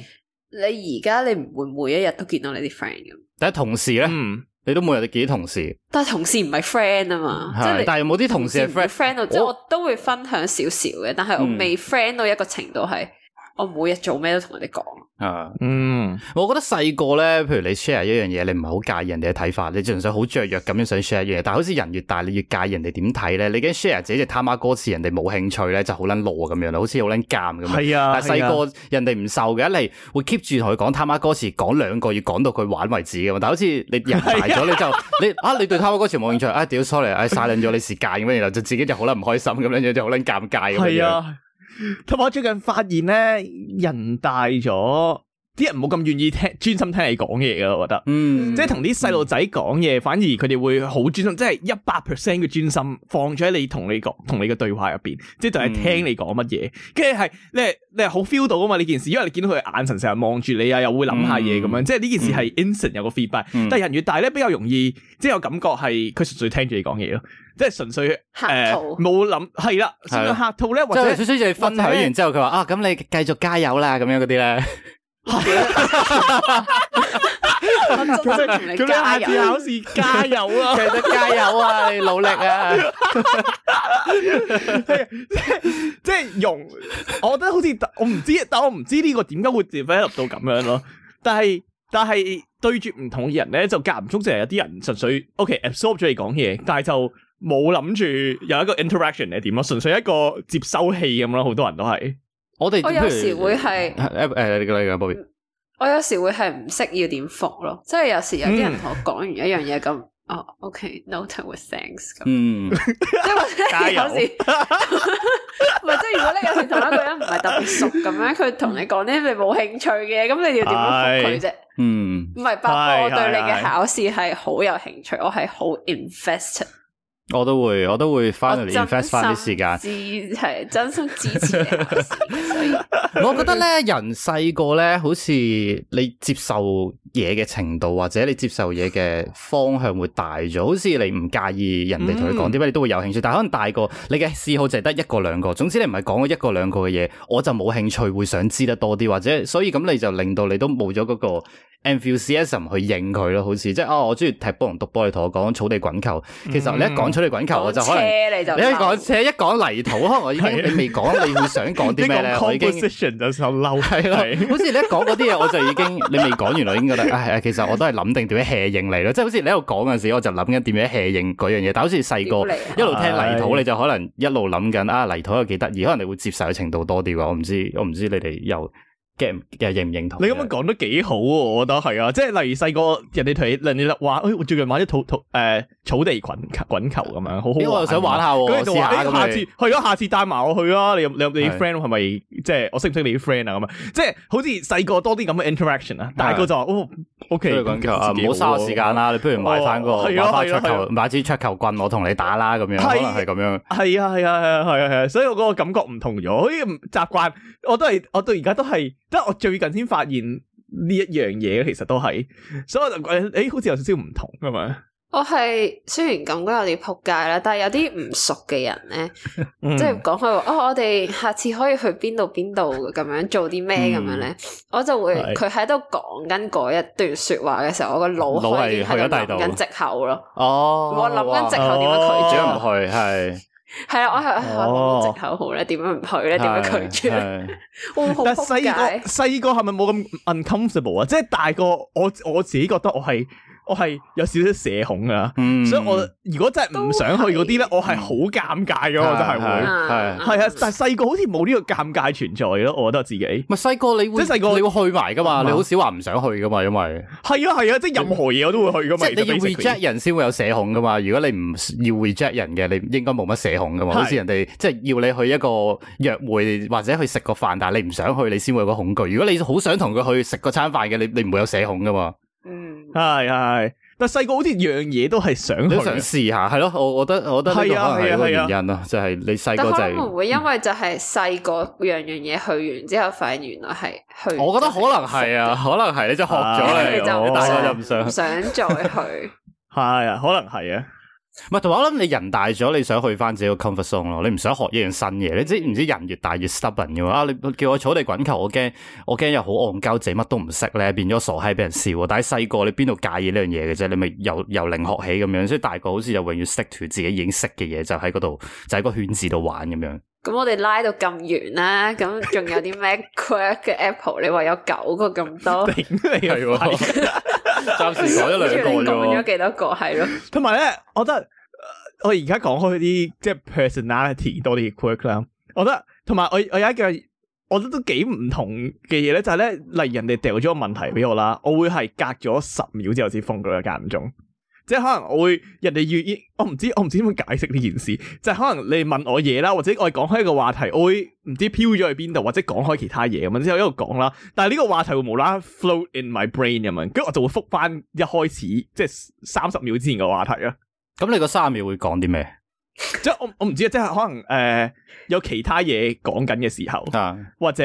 Speaker 3: 你而家你唔會每一日都見到你啲 friend 咁，
Speaker 2: 但係同事咧，
Speaker 1: 嗯，
Speaker 2: 你都每日見啲同事，
Speaker 3: 但係同事唔係 friend 啊嘛，即係
Speaker 2: 係
Speaker 3: 你。
Speaker 2: 但係有冇啲同事係
Speaker 3: 唔會
Speaker 2: friend？
Speaker 3: friend 到，即係我都會分享少少嘅，但係我未 friend 到一個程度係，我每日做咩都同佢哋講。
Speaker 2: 啊，
Speaker 1: 嗯，
Speaker 2: 我覺得細個咧，譬如你 share 一樣嘢，你唔係好介意人哋嘅睇法，你純粹好雀躍咁樣想 share 一樣嘢。但係好似人越大，你越介意人哋點睇咧，你驚 share 自己隻他媽歌詞，人哋冇興趣咧，就好撚攞咁樣啦，好似好撚尷咁樣。
Speaker 1: 係啊
Speaker 2: 但係細個人哋唔受嘅，一嚟會 keep 住同佢講他媽歌詞，講兩個月講到佢玩為止嘅嘛。但係好似你人大 咗，你就你啊，你對他媽歌詞冇興趣，啊屌 sorry，唉嘥撚咗你時間咁樣，然後就自己就好撚唔開心咁樣樣，就好撚
Speaker 1: 啊
Speaker 2: 尷尬咁樣。
Speaker 1: 係啊，同埋我最近發現咧，人大咗啲人冇咁願意聽專心聽你講嘢噶，我覺得。
Speaker 2: 嗯，
Speaker 1: 即係同啲細路仔講嘢，反而佢哋會好專心，即係一百 percent 嘅專心放咗喺你同你講同你嘅對話入邊，即係就係聽你講乜嘢，跟住係你係你係好 feel 到啊嘛呢件事，因為你見到佢眼神成日望住你啊，又會諗下嘢咁樣，
Speaker 2: 嗯
Speaker 1: 即係呢件事係 instant 有個 feedback，、
Speaker 2: 嗯
Speaker 1: 但係人越大咧比較容易，即係有感覺係佢純粹聽住你講嘢咯，即係純粹
Speaker 3: 客
Speaker 1: 誒
Speaker 3: 套
Speaker 1: 冇諗係啦，甚至客套咧或
Speaker 2: 即係
Speaker 1: 者
Speaker 2: 小。小就分享完之後，佢話啊，咁你繼續加油啦，咁樣嗰啲咧，
Speaker 3: 我真心同你
Speaker 1: 咁你
Speaker 3: 加
Speaker 1: 下次
Speaker 3: 油
Speaker 1: 考。試加油啊！
Speaker 2: 繼續加油啊，你努力啊，
Speaker 1: 即係用， 我覺得好似我唔知，但我唔知呢個點解會 develop 到咁樣咯。但係但係對住唔同嘅人咧，就間唔中就係有啲人純粹 OK absorb 咗你講嘢，但係就冇諗住有一個 interaction 係點咯，純粹一個接收器咁咯。好多人都係
Speaker 2: 我哋
Speaker 3: 我有時會係
Speaker 2: 誒呃誒，你講你講，Bobby，
Speaker 3: 我有時會係唔識要點覆咯，即係有時有啲人同我講完一樣嘢咁，哦，OK，noted with thanks 咁，
Speaker 2: 嗯，
Speaker 3: 即係
Speaker 1: 加
Speaker 3: 或者
Speaker 1: 油
Speaker 3: 有時， 唔係即係如果你有時同一個人唔係特別熟咁樣，佢同你講啲你冇興趣嘅，咁你要點樣覆佢啫？
Speaker 2: 嗯，
Speaker 3: 唔係，包括我
Speaker 1: 係係
Speaker 3: 對你
Speaker 1: 係
Speaker 3: 嘅考試係好有興趣，我係好 invested，
Speaker 2: 我都會，我都會
Speaker 3: 我
Speaker 2: finally invest 翻啲時間。
Speaker 3: 支係真心支持你考試 嘅，所以
Speaker 2: 我覺得咧，人細個咧，好似你接受嘢嘅程度，或者你接受嘢嘅方向會大咗。好似你唔介意人哋
Speaker 3: 嗯
Speaker 2: 同你講啲咩，你都會有興趣。但係可能大個，你嘅嗜好就係得一個兩個。總之你唔係講嗰一個兩個嘅嘢，我就冇興趣，會想知得多啲，或者所以咁你就令到你都冇咗嗰個 enthusiasm 去應佢咯。好似即係哦，我中意踢波同督波，你同我講草地滾球，其實你一講草地滾球，我就可能。
Speaker 3: 嗯講車你就
Speaker 2: 你一
Speaker 3: 嬲
Speaker 2: 講且一講泥土，可能我已經你未講，你會想講啲 咩咧？我已經
Speaker 1: composition 就受嬲，
Speaker 2: 係咯，好似你一講嗰啲嘢，我就 已經你未講完，我已經覺得，唉，其實我都係諗定點樣 hea 應你咯。即係好似你喺度講嗰陣時，我就諗緊點樣 hea 應嗰樣嘢。但好似細個
Speaker 3: 屌你啊
Speaker 2: 一路聽泥土，
Speaker 1: 唉
Speaker 2: 你就可能一路諗緊啊，泥土有幾得意，可能你會接受嘅程度多啲喎。我唔知，我唔知你哋又 get 唔又認唔認同？啊
Speaker 1: 你咁樣講都幾好喎，我覺得係啊，即係例如細個人哋同你人哋話，哎誒我最近買咗土土誒草地滾球滾球咁樣，好好
Speaker 2: 咦，我又
Speaker 1: 玩
Speaker 2: 想玩下喎，
Speaker 1: 咁
Speaker 2: 我
Speaker 1: 你就
Speaker 2: 試
Speaker 1: 話
Speaker 2: 下
Speaker 1: 哎下
Speaker 2: 咁
Speaker 1: 次
Speaker 2: 你。
Speaker 1: 去咯，下次帶埋我去啊！你有你有你
Speaker 2: 係
Speaker 1: 啲 friend 係咪即係我識唔識你啲 friend 啊？咁啊，即係好似細個多啲咁嘅 interaction 啊，大個就話哦，OK，
Speaker 2: 不如
Speaker 1: 咁
Speaker 2: 講球啊，
Speaker 1: 其實自己
Speaker 2: 唔好嘥
Speaker 1: 喎
Speaker 2: 我時間。啦，你不如買翻個
Speaker 1: 哦
Speaker 2: 買
Speaker 1: 係啊
Speaker 2: 翻桌
Speaker 1: 係啊係
Speaker 2: 球
Speaker 1: 啊
Speaker 2: 買支桌球棍，我同你打啦咁樣，可
Speaker 1: 係
Speaker 2: 能係咁樣。
Speaker 1: 係啊係啊係啊係啊係啊，所以我嗰個感覺唔同咗，好似唔習慣。我都
Speaker 2: 嗯
Speaker 1: 係我到而家都係，得我最近先發現呢一樣嘢，其實都係，所以我就覺得誒好似有少少唔同咁嘛。
Speaker 3: 我係雖然咁講有啲撲街啦，但係有啲唔熟嘅人咧，
Speaker 1: 嗯
Speaker 2: 嗯
Speaker 3: 即係講開話哦，我哋下次可以去邊度邊度咁樣做啲咩
Speaker 2: 嗯
Speaker 3: 咁樣咧，我就會
Speaker 1: 係
Speaker 3: 佢喺度講緊嗰一段说話嘅時候，我個腦
Speaker 2: 腦
Speaker 3: 海
Speaker 2: 係
Speaker 3: 已經
Speaker 2: 去咗
Speaker 3: 喺度
Speaker 2: 第二度
Speaker 3: 諗緊藉口咯，
Speaker 2: 哦，
Speaker 3: 我諗緊藉
Speaker 2: 哇
Speaker 3: 口點樣拒絕
Speaker 2: 點解
Speaker 3: 咯，
Speaker 2: 唔去係？
Speaker 3: 係啊，我係唉我
Speaker 1: 哦
Speaker 3: 諗緊藉口好咧，點樣唔去咧，點樣拒絕咧，
Speaker 2: 係？係
Speaker 3: 哇好
Speaker 1: 但
Speaker 3: 撲
Speaker 1: 細個
Speaker 3: 街，
Speaker 1: 細個係咪冇咁 uncomfortable 啊？即係大個，我我自己覺得我係我係有少少社恐啊噶，
Speaker 2: 嗯
Speaker 1: 所以我如果真係唔想去嗰啲咧，我係好尷尬噶，我真係
Speaker 2: 係
Speaker 1: 會
Speaker 2: 係
Speaker 1: 係啊！但係細個好似冇呢個尷尬存在咯，我覺得自己係
Speaker 2: 咪細個你會
Speaker 1: 即係細個
Speaker 2: 你會去埋噶嘛？
Speaker 1: 嗯
Speaker 2: 你好少話唔想去噶嘛，因為
Speaker 1: 啊係啊，即係任何嘢我都會去噶
Speaker 2: 即
Speaker 1: 嘛。
Speaker 2: 係你要
Speaker 1: basically
Speaker 2: reject 人先會有社恐噶嘛。如果你唔要 reject 人嘅，你應該冇乜社恐噶嘛。
Speaker 1: 係
Speaker 2: 好似人哋即係要你去一個約會或者去食個飯，但係你唔想去，你先會有個恐懼。如果你好想同佢去食個餐飯嘅，你你唔會有社恐噶
Speaker 1: 啊
Speaker 2: 嘛。
Speaker 3: 嗯，
Speaker 1: 係係，但係細個好似樣嘢都係想
Speaker 2: 你
Speaker 1: 去
Speaker 2: 都
Speaker 1: 啊，
Speaker 2: 想試下，係咯？我我覺得我覺得呢個
Speaker 1: 係啊
Speaker 2: 可能係
Speaker 1: 係
Speaker 2: 一個
Speaker 1: 啊係
Speaker 2: 原
Speaker 1: 啊
Speaker 2: 因咯，就係你細
Speaker 3: 但
Speaker 2: 個就
Speaker 3: 可
Speaker 2: 係
Speaker 3: 能會唔會因為就係細個樣樣嘢去完之後，發現原來係去，
Speaker 2: 我覺得可能 係啊，可能係你真係學
Speaker 1: 係啊
Speaker 2: 咗
Speaker 3: 你 就
Speaker 2: 嚟，
Speaker 3: 唔
Speaker 2: 你大個
Speaker 3: 想
Speaker 2: 就唔想
Speaker 3: 唔。想再去。
Speaker 1: 係啊，可能係 啊。
Speaker 2: 唔係，同埋我諗你人大咗，你想去翻自己個 comfort zone 咯，你唔想學一樣新嘢。你知唔知人越大越 stubborn 嘅嘛？啊，你叫我草地滾球，我驚我驚又好戇鳩，自己乜都唔識咧，變咗傻閪俾人笑喎。但係細個你邊度介意呢樣嘢嘅啫？你咪由由零學起咁樣，所以大個好似就永遠 stick to 自己已經識嘅嘢，就喺嗰度就喺個圈子度玩咁樣。
Speaker 3: 咁我哋拉到咁遠啦，咁仲有啲咩 quirk 嘅 Apple？你話有九個咁 多，
Speaker 1: 頂你係
Speaker 2: 喎 暫時講咗兩
Speaker 3: 跟住你
Speaker 2: 個
Speaker 3: 講
Speaker 2: 啫
Speaker 3: 咗
Speaker 2: 喎。
Speaker 3: 幾多個係咯？
Speaker 1: 同埋咧，我覺得呃我而家講開啲即係 personality 多啲嘅 quirk 啦，我覺得同埋我我有一樣，我覺得都幾唔同嘅嘢咧，就係咧，例如人哋掉咗個問題俾我啦，我會係隔咗十秒之後先封佢嘅間唔中。即係可能我會人哋要，我唔知我唔知點樣解釋呢件事，就係可能你問我嘢啦，或者我哋講開一個話題，我會唔知飄咗去邊度，或者講開其他嘢咁樣之後一路講啦。但係呢個話題會無啦啦 float in my brain 咁樣，跟住我就會覆翻一開始即係三十秒之前嘅話題啊。
Speaker 2: 咁你個三十秒會講啲咩
Speaker 1: 即係我我唔知啊，即係可能誒、呃有其他嘢講緊嘅時候，
Speaker 2: 啊？
Speaker 1: 或者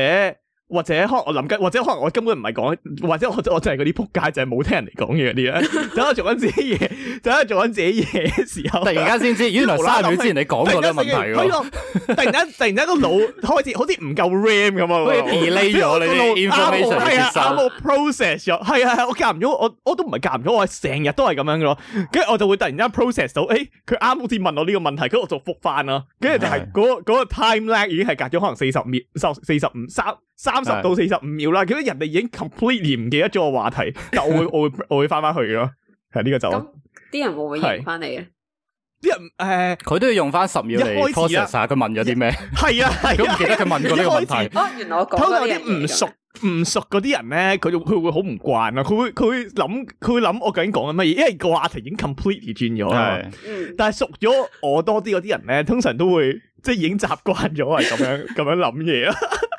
Speaker 1: 或者可能我諗緊，或者可能我根本唔係講，或者我我就係嗰啲仆街，就係冇聽人哋講嘢嗰啲 咧。就喺度做緊自己嘢，就喺度做緊自己嘢嘅時候，
Speaker 2: 突然間先知，原來三十秒之前你講過 呢個問題
Speaker 1: 係
Speaker 2: 喎，
Speaker 1: 咯突然間突然間個腦開始好似唔夠 RAM 咁啊，
Speaker 2: 好似 delay 咗你啲
Speaker 1: 啱我
Speaker 2: information
Speaker 1: 係
Speaker 2: 接
Speaker 1: 啊，啱
Speaker 2: 收。
Speaker 1: 我 à, process à, 咗，係啊係啊，我夾唔咗，我我都唔係夾唔咗，我係成日都係咁樣嘅咯。跟住我就會突然間 process 到，誒佢啱好似問我呢個問題，跟住我就復翻啦。跟住就係
Speaker 2: 係
Speaker 1: 嗰個嗰個 time lag 已經係隔咗可能四十秒、四十五、三三
Speaker 2: Dạ.
Speaker 1: 十到四十五秒啦。咁人哋已經 completely 唔記得咗個話題，但我會我會我會翻翻去嘅咯。係呢個就
Speaker 3: 咁啲人會唔會
Speaker 1: 係
Speaker 3: 認翻你啊咧？
Speaker 1: 啲人誒
Speaker 2: 佢都要用翻十秒嚟
Speaker 1: 一開始啊
Speaker 2: process 下佢問咗啲咩，
Speaker 1: 係啊係
Speaker 2: 咁
Speaker 1: 啊
Speaker 2: 唔記得佢問過呢個問
Speaker 1: 一開始
Speaker 2: 題。
Speaker 3: 哦，原來我講
Speaker 1: 通常
Speaker 3: 嗰
Speaker 1: 有
Speaker 3: 啲
Speaker 1: 啲唔熟唔熟嗰啲人咧，佢就佢會好唔慣啊！佢會佢會諗佢會諗我究竟講緊乜嘢，因為個話題已經 completely 轉咗啊。
Speaker 2: 係
Speaker 3: 嗯，
Speaker 1: 但係熟咗我多啲嗰啲人咧，通常都會即係已經習慣咗係咁樣 咁樣諗嘢啊。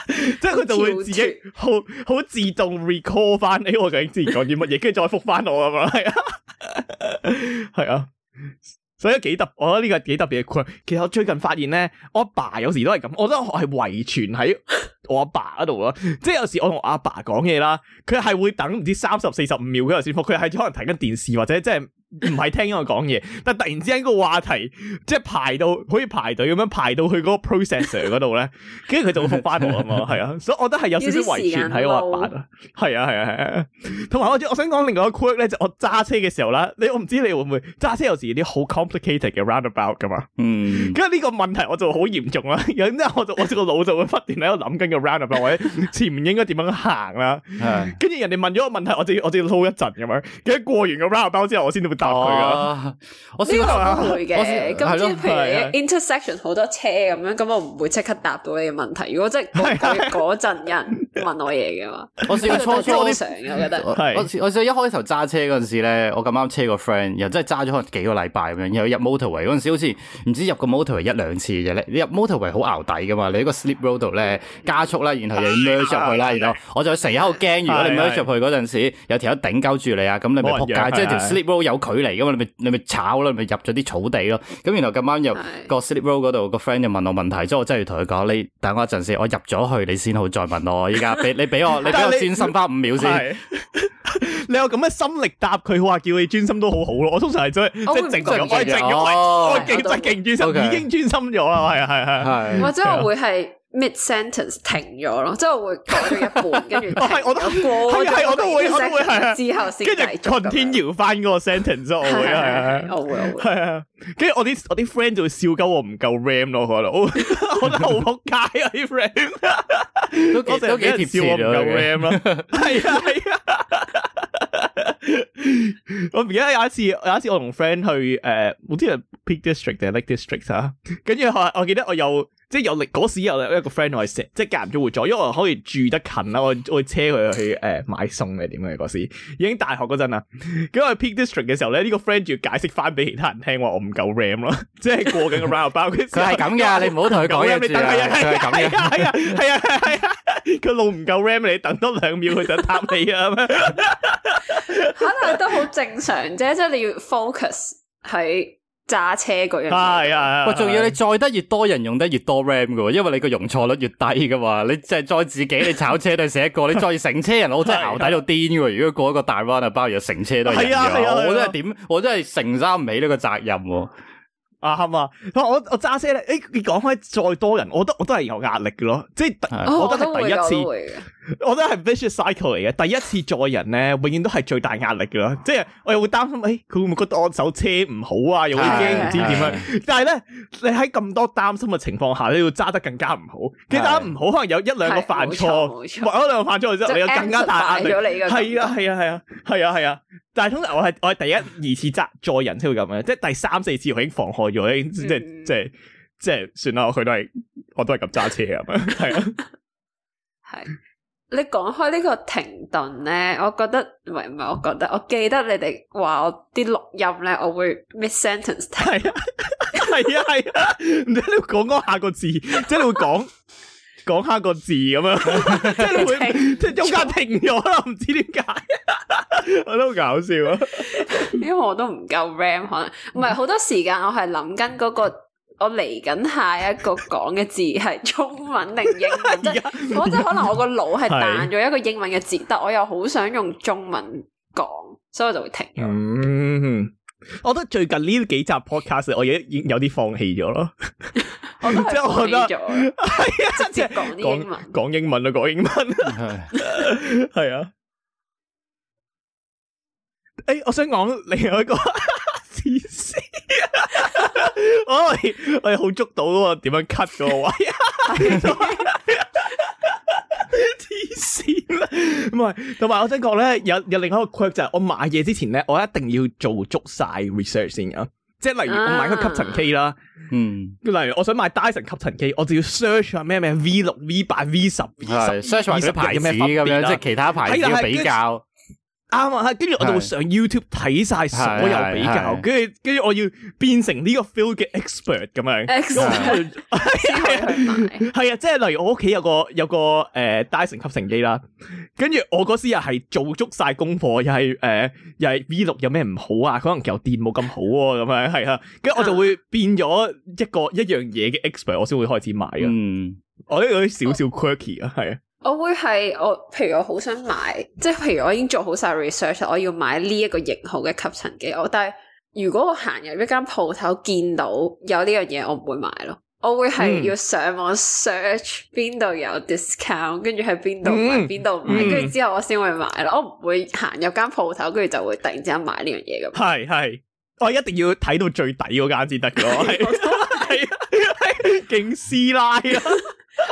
Speaker 1: 即係佢就會自己好好自動 recall 翻，誒、我究竟之前講啲乜嘢，跟住再復翻我咁樣，係啊，係啊。所以幾特，我覺得呢個幾特別嘅佢。其實我最近發現咧，我阿爸有時都係咁，我覺得我係遺傳喺我阿爸嗰度咯。即係有時我同我阿爸講嘢啦，佢係會等唔知三十四十五秒嗰陣先覆，佢係可能睇緊電視或者即係唔係聽緊我講嘢， 但突然之間個話題即係排到好似排隊咁樣排到去嗰個 processor 嗰度咧， 跟住佢就會覆翻我啊嘛，係啊，所以我覺得係有少少遺傳喺我阿爸啊，係啊係啊係啊，同埋我我想講另外一個 quirk 咧，就我揸車嘅時候啦，你我唔知你會唔會揸車有時啲好 complicated 嘅 roundabout 噶嘛。
Speaker 2: 嗯，
Speaker 1: 跟住呢個問題我就好嚴重啦， 咁之後我就我個腦就會不斷喺度諗緊個 roundabout 或者前面應該點樣行啦。
Speaker 2: 係
Speaker 1: 跟住人哋問咗個問題，我就要我就要撈一陣咁樣。跟住過完個 roundabout 之後，我先至會答佢噶。
Speaker 2: 哦我
Speaker 3: 呢
Speaker 2: 試
Speaker 3: 個
Speaker 2: 過
Speaker 3: 我都會
Speaker 2: 我先
Speaker 3: 嘅。
Speaker 2: 係啊
Speaker 3: 咁即
Speaker 2: 咯
Speaker 3: 係
Speaker 1: 係
Speaker 3: 譬如 intersection 好多車咁樣，咁我唔會即刻答到你嘅問題。如果即係
Speaker 1: 係
Speaker 3: 嗰
Speaker 1: 係
Speaker 3: 嗰嗰陣有人問我嘢嘅話，
Speaker 2: 我試過初初
Speaker 3: 我
Speaker 2: 啲
Speaker 3: 常嘅，我覺得
Speaker 2: 我
Speaker 1: 係
Speaker 2: 我試我試一開頭揸車嗰陣時咧，我咁啱車個 friend，又真係揸咗可能幾個禮拜咁樣，然後入 motorway 嗰陣時，好似唔知入個 motorway 一兩次嘅咧。你入 motorway 好熬底噶嘛，你喺個 slip road 度咧加速啦，然後又要 merge 入去啦，然後我就成日喺度驚，如
Speaker 1: 啊
Speaker 2: 果你
Speaker 1: 係啊
Speaker 2: merge 入去嗰陣時有條友頂鳩住你啊，咁你咪仆街，即
Speaker 1: 冇
Speaker 2: 係條
Speaker 1: 人讓係
Speaker 2: slip road 有距離噶嘛，你咪你咪炒啦，你咪入咗啲草地咯。咁然後咁
Speaker 1: 嗯
Speaker 2: 啱又
Speaker 3: 係
Speaker 2: 個 slip road 嗰度個 friend 就問我問題，之後我真係要同佢講，你等我一陣先，我入咗去你先好再問我。依家俾你俾我你俾
Speaker 1: 但係
Speaker 2: 我
Speaker 1: 你
Speaker 2: 專心翻五秒先。
Speaker 1: 係， 你有咁嘅心力答佢，話叫你專心都好好咯。我通常係真
Speaker 3: 我
Speaker 1: 即
Speaker 3: 會
Speaker 1: 係
Speaker 3: 唔
Speaker 1: 靜咗，我係
Speaker 2: 覺
Speaker 1: 靜
Speaker 2: 嘅
Speaker 1: 咗，
Speaker 2: 哦
Speaker 1: 我我勁真係勁專
Speaker 2: OK
Speaker 1: 心，已經專心咗啦。係係係。啊
Speaker 2: 係
Speaker 3: 或者我會係 mid sentence 停咗咯，即係我會講咗一半，跟住停
Speaker 1: 係 我都
Speaker 3: 咗過
Speaker 1: 係係
Speaker 3: 咗
Speaker 1: 我都會我都會係啊
Speaker 3: intersection 之後先
Speaker 1: 跟住
Speaker 3: 繼續咁樣
Speaker 1: continue 翻嗰個 sentence 咯，我會
Speaker 3: 係
Speaker 1: 係
Speaker 3: 係
Speaker 1: 係
Speaker 3: 係我會我會
Speaker 1: 係啊，跟住我啲我啲 friend 就會笑鳩我唔夠 RAM 咯，可能我我覺得好仆街啊啲 friend，
Speaker 2: 都
Speaker 1: 我
Speaker 2: 幾
Speaker 1: 成日
Speaker 2: 都
Speaker 1: 俾
Speaker 2: 幾
Speaker 1: 人笑
Speaker 2: 貼切
Speaker 1: 我唔夠
Speaker 2: 咗
Speaker 1: RAM 咯，係啊係啊。我唔記得有一次，有一次我同 friend ờ, 去誒，呃我唔知係 Peak District 定係 Lake District 啊。跟住我我記得我有即係有力嗰時有一個 friend 我係成即係間唔中會做，因為我可以住得近啦，我我會車佢去誒、呃、買餸嘅點嘅嗰時，已經大學嗰陣啦。咁我喺 à. Peak District 嘅時候咧，呢、個 friend 仲要解釋翻俾其他人聽話我唔夠 RAM 咯，即係過緊個 round about 嘅時候
Speaker 2: 佢係咁噶，你唔好同佢講嘢
Speaker 1: 你
Speaker 2: 住
Speaker 1: 等
Speaker 2: 啊！
Speaker 1: 係啊，
Speaker 2: 佢 係咁
Speaker 1: 係
Speaker 2: 嘅。
Speaker 1: 啊，係啊，係啊，係啊，佢路唔夠 RAM，你等多兩秒佢就答你啊咁樣。
Speaker 3: 可能都好正常啫，即係你要 focus 喺揸車嗰樣嘢。
Speaker 1: 係啊，
Speaker 2: 喂，仲要你載得越多人用得越多 RAM 嘅喎，因為你個容錯率越低嘅嘛。你就係載自己，你炒車都係死一個，你載成車人，我真係熬底到癲嘅喎。如果過一個大彎啊，包住成車都係人
Speaker 1: 啊係啊係啊
Speaker 2: 嘅
Speaker 1: 係啊
Speaker 2: 話，我真係點？我真係承擔唔起呢個責任喎。
Speaker 1: 啊啱啊！我我揸車咧，誒、你講開再多人，我覺得我都係有壓力嘅咯，即係第
Speaker 2: 係
Speaker 3: 哦，
Speaker 1: 我
Speaker 3: 我
Speaker 1: 覺得
Speaker 3: 都會
Speaker 1: 係
Speaker 3: 㗎，我
Speaker 1: 第一
Speaker 3: 都
Speaker 1: 次，
Speaker 3: 會嘅。
Speaker 1: 我覺得係 vicious cycle 嚟嘅。第一次載人咧，永遠都係最大壓力嘅咯，即係我又會擔心，誒、佢會唔會覺得我手車唔好啊？又會驚唔知點樣。但係咧，你喺咁多擔心嘅情況下，你要揸得更加唔好，跟住揸得唔好，可能有一兩個
Speaker 3: 係
Speaker 1: 犯
Speaker 3: 冇
Speaker 1: 錯，
Speaker 3: 錯
Speaker 1: 或
Speaker 3: 冇錯
Speaker 1: 者兩個犯錯之後，你有更加大壓力
Speaker 3: 就。amplify 咗你嘅感覺
Speaker 1: 係啊係啊係啊係啊係啊！但係通常我係我係第一二次責載人先會咁樣，即係第三四次我已經防害咗，已經即係
Speaker 3: 嗯
Speaker 1: 即係啊即係算啦，佢都係我都係咁揸車咁樣，係啊。
Speaker 3: 係你講開呢個停頓咧，我覺得唔係唔係，我覺得我記得你哋話我啲錄音咧，我會 miss sentence 停。
Speaker 1: 系啊，系啊，系啊，唔知你講嗰下個字，即係你會講講下個字咁 樣，即係你會
Speaker 3: 停
Speaker 1: 即係中間停咗啦，唔知點解， 我都好搞笑啊！
Speaker 3: 因為我都唔夠 RAM，可能唔
Speaker 1: 嗯
Speaker 3: 係好多時間，我係諗緊嗰個我嚟緊下一個講嘅字係中文定英文，
Speaker 1: 啊
Speaker 3: 即係我即係可能我個腦係彈咗一個英文嘅字，但我又好想用中文講，所以我就會停咗。
Speaker 1: 嗯，我覺得最近呢幾集 podcast 我而家已經有啲放棄咗咯，
Speaker 3: 我都
Speaker 1: 即係我覺得
Speaker 3: 係記咗，
Speaker 1: 係啊，
Speaker 3: 直接講啲英文。
Speaker 1: 講英文啊，講英文。系啊。诶、我想讲另外一 个黐线， 我哋我哋好捉到嗰个点样 cut 嗰个位啊！黐线啦，唔系，同埋我想讲咧，有有另一个 q u i c 就系我买嘢之前咧，我一定要做足晒 research 先啊。即系例如我买嗰個吸尘機啦，
Speaker 2: 嗯，
Speaker 1: 例如我想買 Dyson 吸塵機，我就要 search 下咩咩 V 六、V 八、V 十、V
Speaker 2: 系
Speaker 1: 十
Speaker 2: search 埋
Speaker 1: 二
Speaker 2: 啲
Speaker 1: 十
Speaker 2: 牌
Speaker 1: 有
Speaker 2: 子
Speaker 1: 咩分別
Speaker 2: 咁樣，
Speaker 1: 啊
Speaker 2: 啊即係其他牌子
Speaker 1: 係啦
Speaker 2: 嘅
Speaker 1: 係
Speaker 2: 比較，
Speaker 1: 啱啊，跟住我就會上 YouTube 睇晒所有比較，
Speaker 2: 係係係
Speaker 1: 跟住跟住我要變成呢個 field 嘅 expert 咁樣。
Speaker 3: Excellent 先可以去買。
Speaker 1: 係啊，即係例如我屋企有個有個诶、呃 Dyson 吸塵機啦，跟住我嗰時又係做足晒功課，又係诶、呃又係 V 六有咩唔好啊，可能有電冇咁好喎、咁樣係啊，跟住我就會變咗一個一樣嘢嘅 expert，我先會開始買啊。
Speaker 2: 嗯，
Speaker 1: 我呢有啲少少 quirky 啊，係啊，
Speaker 3: 我會係我，譬如我好想買，即係譬如我已經做好晒 research，我要買呢一個型號嘅吸塵機。我但係如果我行入一間鋪頭見到有呢樣嘢，我唔會買咯。我會係
Speaker 1: 嗯
Speaker 3: 要上網 search 邊度有 discount，跟住喺邊度買，
Speaker 1: 嗯
Speaker 3: 邊度買，跟住之後我先會買咯。我唔會行入間鋪頭，跟住就會突然之間買呢樣嘢咁。
Speaker 1: 係係，我一定要睇到最底嗰間先得嘅，我係係啊，係勁師奶啊！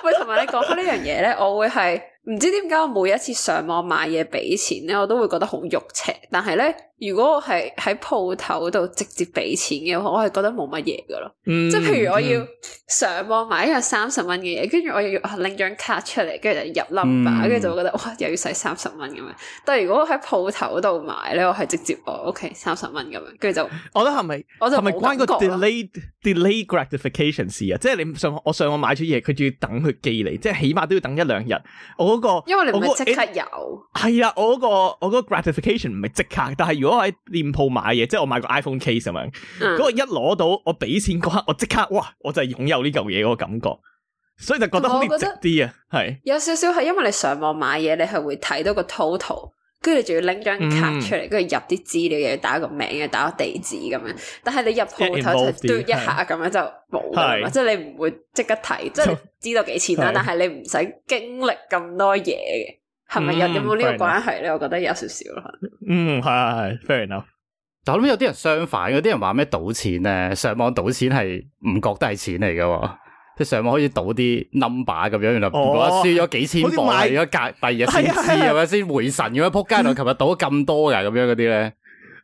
Speaker 3: 喂，同埋你講開呢樣嘢咧，我會係唔知點解我每一次上網買嘢俾錢咧，我都會覺得好肉赤。但係咧，如果我係喺鋪頭度直接俾錢嘅話，我係覺得冇乜嘢噶咯。
Speaker 1: 嗯
Speaker 3: 即係譬如我要上網買一個三十蚊嘅嘢，跟住我又要啊拎張卡出嚟，跟住就入 number，
Speaker 2: 嗯
Speaker 3: 跟住就會覺得哇又要使三十蚊咁樣。但係如果我喺鋪頭度買咧，我係直接哦 OK 三十蚊咁樣，跟住就
Speaker 1: 我覺得係咪
Speaker 3: 我就
Speaker 1: 係咪
Speaker 3: 冇
Speaker 1: 關個
Speaker 3: 感覺啊咯
Speaker 1: delay delay gratification 事啊？即係你上我上網買咗嘢，佢仲要等佢寄嚟，即係起碼都要等一兩日。我嗰、個
Speaker 3: 因為你唔
Speaker 1: 我嗰
Speaker 3: 係
Speaker 1: 個
Speaker 3: 即刻
Speaker 1: it-
Speaker 3: 有，
Speaker 1: 係啊，我嗰、個我嗰個 gratification 唔係即刻，但係如果我喺店鋪買嘢，即係我買個 iPhone case 咁樣，
Speaker 3: 嗯
Speaker 1: 嗰、個一攞到我俾錢嗰刻，我即刻哇，我就係擁有呢嚿嘢嗰個感覺，所以就覺得好似
Speaker 3: 同埋我
Speaker 1: 值
Speaker 3: 覺得
Speaker 1: 啲啊，係
Speaker 3: 有少少係因為你上網買嘢，你係會睇到個 total，跟住你仲要拎
Speaker 1: 嗯
Speaker 3: 張卡出嚟，跟住入啲資料，又要打個名，又要打個地址咁樣。但係你入鋪頭
Speaker 1: involved
Speaker 3: 就
Speaker 1: 啲
Speaker 3: 嘟一下咁樣就冇噶啦嘛，
Speaker 1: 係
Speaker 3: 即係你唔會即刻 睇，即係你知道幾錢啦
Speaker 1: 係，
Speaker 3: 但係你唔使經歷咁多嘢嘅。係咪有
Speaker 1: 嗯
Speaker 3: 有冇呢
Speaker 1: fair
Speaker 3: 個關係咧？我覺得有少少咯。
Speaker 1: 嗯係係係 fair enough。
Speaker 2: 但我諗有啲人相反，有啲人話咩賭錢咧，上網賭錢係唔覺得係錢嚟嘅喎。即係上網可以賭啲 number 咁樣，原來唔覺得
Speaker 1: 哦
Speaker 2: 輸咗幾千
Speaker 1: 好似
Speaker 2: 磅，
Speaker 1: 買
Speaker 2: 係咗隔第二日先
Speaker 1: 係啊係
Speaker 2: 知
Speaker 1: 啊
Speaker 2: 咁樣，先回神咁樣，仆街！原來琴日賭咗咁多㗎，咁樣嗰啲咧，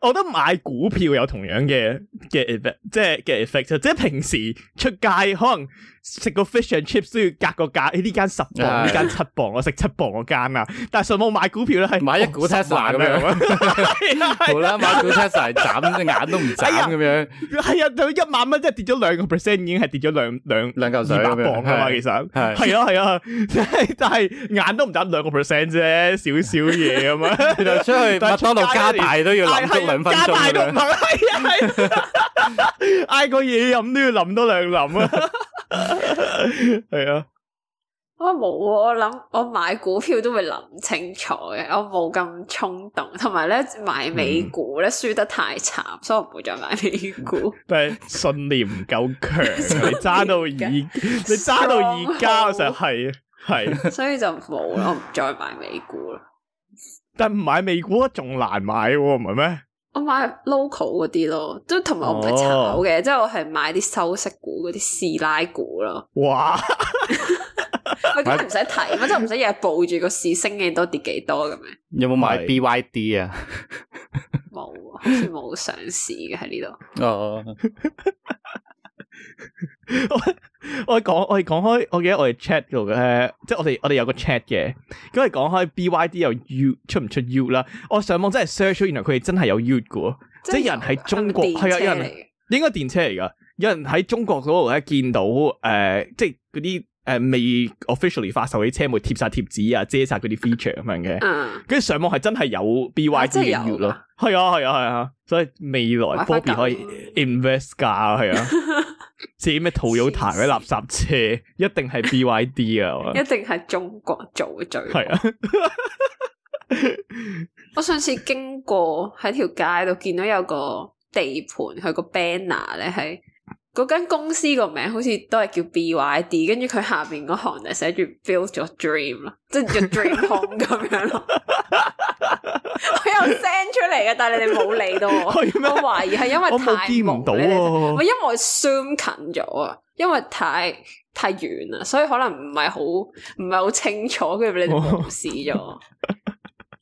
Speaker 1: 我覺得買股票有同樣嘅嘅 effect，即係嘅 effect 啊即係平時出街可能食個 fish and chips 都要隔個價，哎呢間十磅，
Speaker 2: 係
Speaker 1: 呢間七磅，我食七磅嗰間啊。但係上網買股票咧係哦
Speaker 2: 買一股
Speaker 1: 啊
Speaker 2: Tesla 咁樣 好
Speaker 1: 樣，
Speaker 2: 啦，買股 Tesla 斬隻眼都唔
Speaker 1: 哎
Speaker 2: 斬咁樣，
Speaker 1: 係啊，到一萬蚊即係跌咗兩個 percent，已經係跌咗兩兩
Speaker 2: 兩嚿水
Speaker 1: 二
Speaker 2: 咁
Speaker 1: 百磅
Speaker 2: 樣，
Speaker 1: 噶嘛，
Speaker 2: 係
Speaker 1: 其實
Speaker 2: 係
Speaker 1: 係啊係啊， 即係但係眼都唔眨兩個 percent 啫，少少嘢咁啊。
Speaker 2: 原來出去麥當勞加大都要諗足兩分
Speaker 1: 加大
Speaker 2: 鐘咁
Speaker 1: 都
Speaker 2: 樣
Speaker 1: 唔。係係啊 係啊，嗌個嘢飲都要諗多兩諗啊，係啊，
Speaker 3: 我冇喎，我諗我買股票都會諗清楚嘅，我冇咁衝動，同埋咧買美
Speaker 1: 嗯
Speaker 3: 股咧輸得太慘，所以我唔會再買美股。
Speaker 1: 但係信念唔夠強，你揸到而你揸到而
Speaker 3: Stronghold
Speaker 1: 家我實係係，
Speaker 3: 所以就冇啦，我唔再買美股啦。
Speaker 1: 但唔買美股仲難買喎，唔係咩？
Speaker 3: 我買 local 嗰啲咯，即係同埋我唔
Speaker 1: 哦
Speaker 3: 係炒嘅，即係我係買啲收息股嗰啲師奶股 咯。
Speaker 1: 哇！
Speaker 3: 喂，咁你唔使睇嘛，即係唔使日日報住個市升幾多跌幾多咁樣。
Speaker 2: 有冇買
Speaker 1: 係
Speaker 2: BYD 啊？
Speaker 3: 冇喎，好似冇
Speaker 1: 哦
Speaker 3: 上市嘅喺呢度。
Speaker 2: 哦，
Speaker 1: 我哋講我哋講開，我記得我哋 chat ờ, 度嘅，即係我哋我哋有個 chat 嘅，咁我哋講開 BYD 有 U 出唔出 U 啦，我上網真係 search 咗，原來佢哋真係有 U 嘅喎，即係有人喺中國係啊，有人應該電車嚟㗎，有人喺中國嗰度咧見到誒、呃即係嗰啲誒未 officially 發售嗰啲車冇貼晒貼紙啊，遮晒嗰啲 feature 咁樣嘅。
Speaker 3: 嗯，
Speaker 1: 跟住上啊網係真係有 BYD
Speaker 3: 真係
Speaker 1: 嘅
Speaker 3: 有
Speaker 1: U 咯
Speaker 3: 啊，
Speaker 1: 係啊係啊係啊，所以未來
Speaker 3: 買返
Speaker 1: Bobby 可以
Speaker 3: 嚿
Speaker 1: invest 價啊係啊， 自己咩 Toyota 嗰啲垃圾車一定係 BYD 啊我覺
Speaker 3: 一
Speaker 1: 得，
Speaker 3: 定係中國做嘅最好
Speaker 1: 係啊，
Speaker 3: 我上次經過喺條街度見到有個地盤，佢個 banner 咧係嗰間公司個名好似都係叫 BYD，跟住佢下面嗰行就寫住 Build Your Dream 咯，即係 Your Dream Home 咁樣咯。我有 send 出嚟嘅，但係你哋冇理到我，我
Speaker 1: 係咩
Speaker 3: 懷疑係因為
Speaker 1: 我冇
Speaker 3: 太
Speaker 1: 見唔
Speaker 3: 朦
Speaker 1: 到
Speaker 3: 你哋就
Speaker 1: 喎
Speaker 3: 我。因為我 zoom 近咗啊，因為太太遠啦，所以可能唔係好唔係好清楚，跟住你哋無視咗。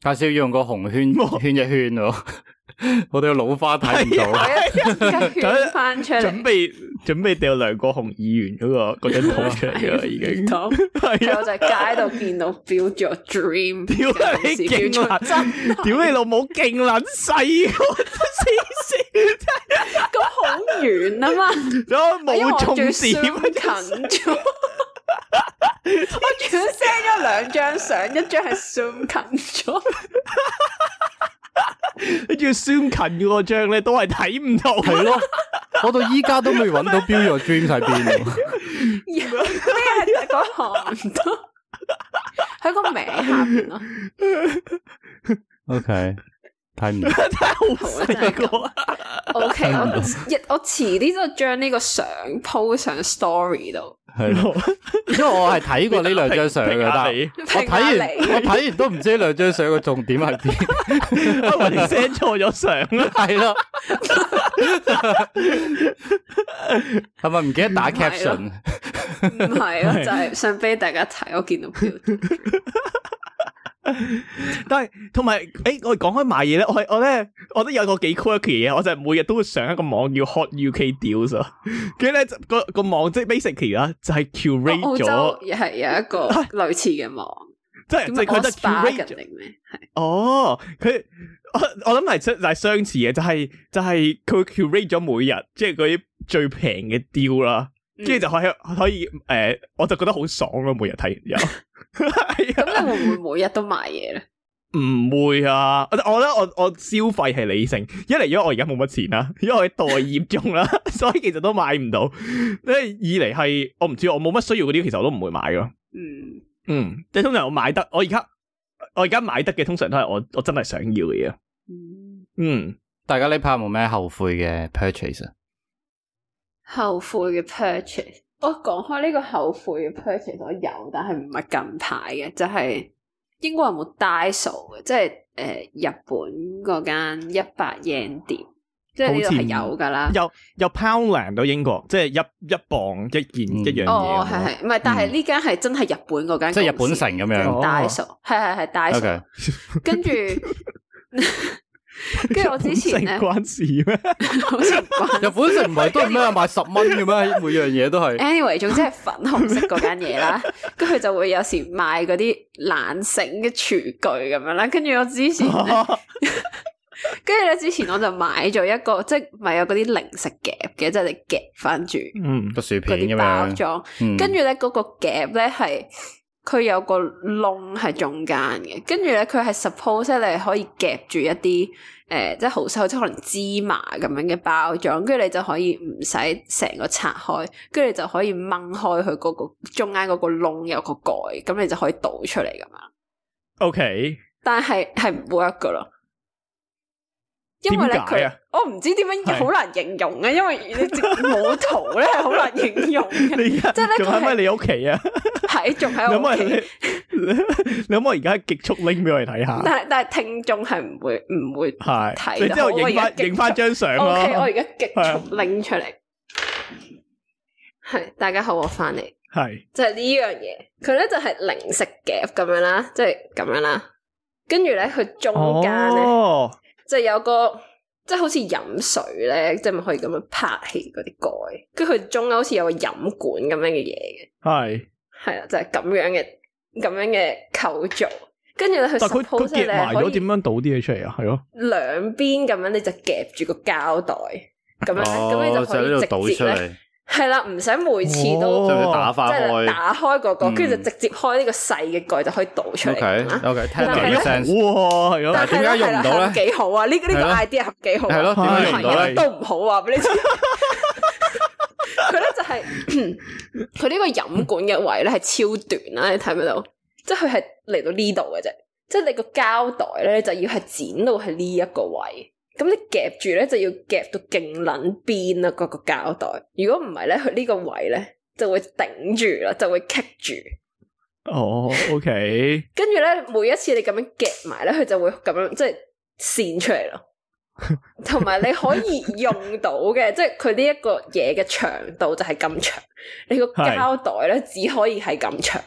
Speaker 2: 介紹要用個紅 圈圈一圈咯， 我哋個老花睇唔
Speaker 3: 我
Speaker 2: 到。
Speaker 3: 一陣啊圈翻出
Speaker 1: 啊 準
Speaker 3: 嚟，
Speaker 1: 備準備掉梁國雄議員嗰、個嗰張圖出嚟啦，已 經
Speaker 3: 到，
Speaker 1: 係啊
Speaker 3: 我！就喺街度見到 Build Your Dream，
Speaker 1: 屌你勁撚真，屌你老母勁撚細個， 黐
Speaker 3: 咁好遠啊嘛，
Speaker 1: 線，我
Speaker 3: 因為我
Speaker 1: 冇重
Speaker 3: 仲
Speaker 1: 點，
Speaker 3: zoom 近咗， 我仲 send 咗兩張相，一張係 zoom 近咗，
Speaker 1: 跟住 zoom 近嗰張咧都係睇唔到，啊
Speaker 2: 係咯，我到依家都未揾到 Build Your Dream 喺邊。
Speaker 3: 咩係嗰行唔得，喺個名下面 咯。
Speaker 2: OK，睇 唔到。
Speaker 3: 好啊，真係咁。O K，我一我遲啲就將呢個相 po 上 story 度。
Speaker 2: 係咯，因為我係睇過呢兩張相
Speaker 1: 評
Speaker 2: 嘅，
Speaker 1: 下
Speaker 2: 但
Speaker 1: 你
Speaker 2: 係 我睇完
Speaker 3: 評下你
Speaker 2: 我睇完都唔知呢兩張相嘅重點 係邊。
Speaker 1: 我話你 send 錯咗相啊啦，
Speaker 2: 係咯，係咪唔記得打 caption？
Speaker 3: 唔係咯，就係想俾大家睇。我見到票，
Speaker 1: 但係同埋誒，我哋講開買嘢咧，我係我咧，我都有個幾 quirky 嘅嘢，我就係每日都會上一個網叫 Hot UK Deals 啊，跟住咧就個個網即係 basically 啦，就係 curate
Speaker 3: 澳洲
Speaker 1: 咗，
Speaker 3: 亦係有一個類似嘅網，
Speaker 1: 即係
Speaker 3: 咁
Speaker 1: 即係佢就 curate 咗
Speaker 3: bargain。定咩？
Speaker 1: 哦，佢 我我谂系相就系相似嘅，就係就係佢 curate 咗每日，即係嗰啲最平嘅 deal 啦，
Speaker 3: 嗯
Speaker 1: 跟住就可以可以诶、呃我就覺得好爽咯，每日睇完又係啊
Speaker 3: 咁你會唔會每日都買嘢咧？
Speaker 1: 唔會啊！我我覺得我我消費係理性，一嚟因為我而家冇乜錢啦，因為我喺待業中啦， 所以其實都買唔到。即二嚟係我唔知我冇乜需要嗰啲，其實我都唔會買咯。
Speaker 3: 嗯，
Speaker 1: 嗯，即係通常我買得，我而家我而家買得嘅通常都係我我真係想要嘅嘢。
Speaker 3: 嗯
Speaker 1: 嗯。
Speaker 2: 大家呢排有冇咩後悔嘅 purchase 啊？
Speaker 3: 後悔嘅 purchase。我講開呢個後悔嘅 purchase，我有，但係唔係近排嘅，就係、英國有冇 Daiso 嘅，即係誒、呃日本嗰間一百 yen 店，即係呢度係有㗎啦。
Speaker 1: 由由 Poundland 到英國，即係一一磅一件、
Speaker 2: 嗯
Speaker 1: 一樣嘢。
Speaker 3: 哦，係係，唔係，但係
Speaker 2: 嗯
Speaker 3: 呢間係真係日本嗰間公司，
Speaker 2: 即係日本城咁樣。
Speaker 1: 哦
Speaker 3: 大數，係係係大數
Speaker 2: 啊 OK，
Speaker 3: 跟住跟住我之 前咧，
Speaker 1: 關事咩？
Speaker 3: 好似唔關
Speaker 2: 日本城唔係都係咩啊賣十蚊嘅咩？每樣嘢都係。
Speaker 3: anyway，總之係粉紅色嗰間嘢啦，跟住佢就會有時賣嗰啲懶醒嘅廚具咁樣啦。跟住我之前
Speaker 1: 哦
Speaker 3: 呢，跟住咧之前我就買咗一個，即係咪有嗰啲零食夾嘅，即係你夾翻住
Speaker 1: 嗯，
Speaker 2: 個薯
Speaker 3: 嗰
Speaker 2: 片咁
Speaker 3: 啲包
Speaker 2: 樣，
Speaker 3: 裝。
Speaker 2: 嗯
Speaker 3: 跟住咧嗰個夾咧係佢有個窿喺中間嘅，跟住咧佢係 suppose 咧你係可以夾住一啲誒、呃即係好細，即係可能芝麻咁樣嘅包裝，跟住你就可以唔使成個拆開，跟住你就可以掹開佢嗰個中間嗰個窿有個蓋，咁你就可以倒出嚟咁樣。
Speaker 1: OK，
Speaker 3: 但係係唔 work 噶咯。因為咧
Speaker 1: 點解
Speaker 3: 佢
Speaker 1: 啊，
Speaker 3: 我唔知點樣
Speaker 1: 係
Speaker 3: 好難形容啊，因為你直冇圖咧係好難形容嘅，
Speaker 1: 你而
Speaker 3: 即
Speaker 1: 家
Speaker 3: 係咧
Speaker 1: 仲
Speaker 3: 佢
Speaker 1: 喺咪
Speaker 3: 係
Speaker 1: 你屋企啊？
Speaker 3: 喺仲
Speaker 1: 你
Speaker 3: 喺
Speaker 1: 可唔
Speaker 3: 我屋
Speaker 1: 可以
Speaker 3: 企。
Speaker 1: 你 你可唔可以而家極速拎俾我哋睇 下？
Speaker 3: 但係但係聽眾係唔會唔會
Speaker 1: 係，你
Speaker 3: 睇
Speaker 1: 之後影翻影翻張相
Speaker 3: O K，我
Speaker 1: 咯
Speaker 3: 而。家極
Speaker 1: 啊
Speaker 3: 速拎出嚟。係大家好，我翻嚟
Speaker 1: 係
Speaker 3: 就係呢樣嘢。佢咧就係零食夾咁樣啦，啊即係咁樣啦。跟住咧，佢中間咧
Speaker 1: 哦，
Speaker 3: 就有個即係好似飲水咧，即係咪可以咁樣拍起嗰啲蓋，跟住佢中間好似有個飲管咁樣嘅嘢嘅，
Speaker 1: 系，
Speaker 3: 係啦，就係、咁樣嘅咁樣嘅構造。跟住咧，佢
Speaker 1: 但係佢
Speaker 3: suppose
Speaker 1: 佢
Speaker 3: 咧
Speaker 1: 夹埋
Speaker 3: 你係可
Speaker 1: 咗，
Speaker 3: 以
Speaker 1: 點樣倒啲嘢出嚟啊？係咯，
Speaker 3: 兩邊咁樣你就夾住個膠袋咁樣，咁、你
Speaker 2: 哦，就喺度
Speaker 3: 就
Speaker 2: 倒
Speaker 3: 可以直
Speaker 2: 出
Speaker 3: 接咧，
Speaker 2: 嚟，
Speaker 3: 係啦，唔使每次
Speaker 1: 哦
Speaker 3: 都。
Speaker 2: 即係打
Speaker 3: 即
Speaker 2: 翻
Speaker 3: 係
Speaker 2: 開。
Speaker 3: 打開嗰個，
Speaker 2: 嗯
Speaker 3: 跟住就直接開呢個細嘅蓋就可以倒出
Speaker 2: O
Speaker 3: 嚟
Speaker 2: K
Speaker 3: 咁啦。
Speaker 2: O K，聽
Speaker 3: 但
Speaker 2: 落
Speaker 3: 係
Speaker 2: 有
Speaker 3: 咧
Speaker 2: sense。
Speaker 1: 哇，啊係咯，
Speaker 2: 但係點解用唔到咧
Speaker 3: 係啦係啦幾好啊！呢呢個
Speaker 2: 係咯
Speaker 3: idea 係幾好啊，
Speaker 2: 係咯點
Speaker 1: 解用唔到咧
Speaker 3: 都唔好啊！俾你知，佢咧就係 佢呢個飲管嘅位咧係超短啦，你睇唔睇到？即係佢係嚟到呢度嘅啫，即係你個膠袋咧就要係剪到係呢一個位。咁你夾住咧就要夾到勁撚邊啦，嗰個膠袋。如果唔係咧，佢呢個位咧就會頂住啦，就會棘住。
Speaker 1: 哦，OK，
Speaker 3: 跟住咧，每一次你咁樣夾埋咧，佢就會咁樣即係線出嚟咯。 同埋你可以用到嘅， 即係佢呢一個嘢嘅長度就係咁長，你個
Speaker 1: 係
Speaker 3: 膠袋咧只可以係咁長，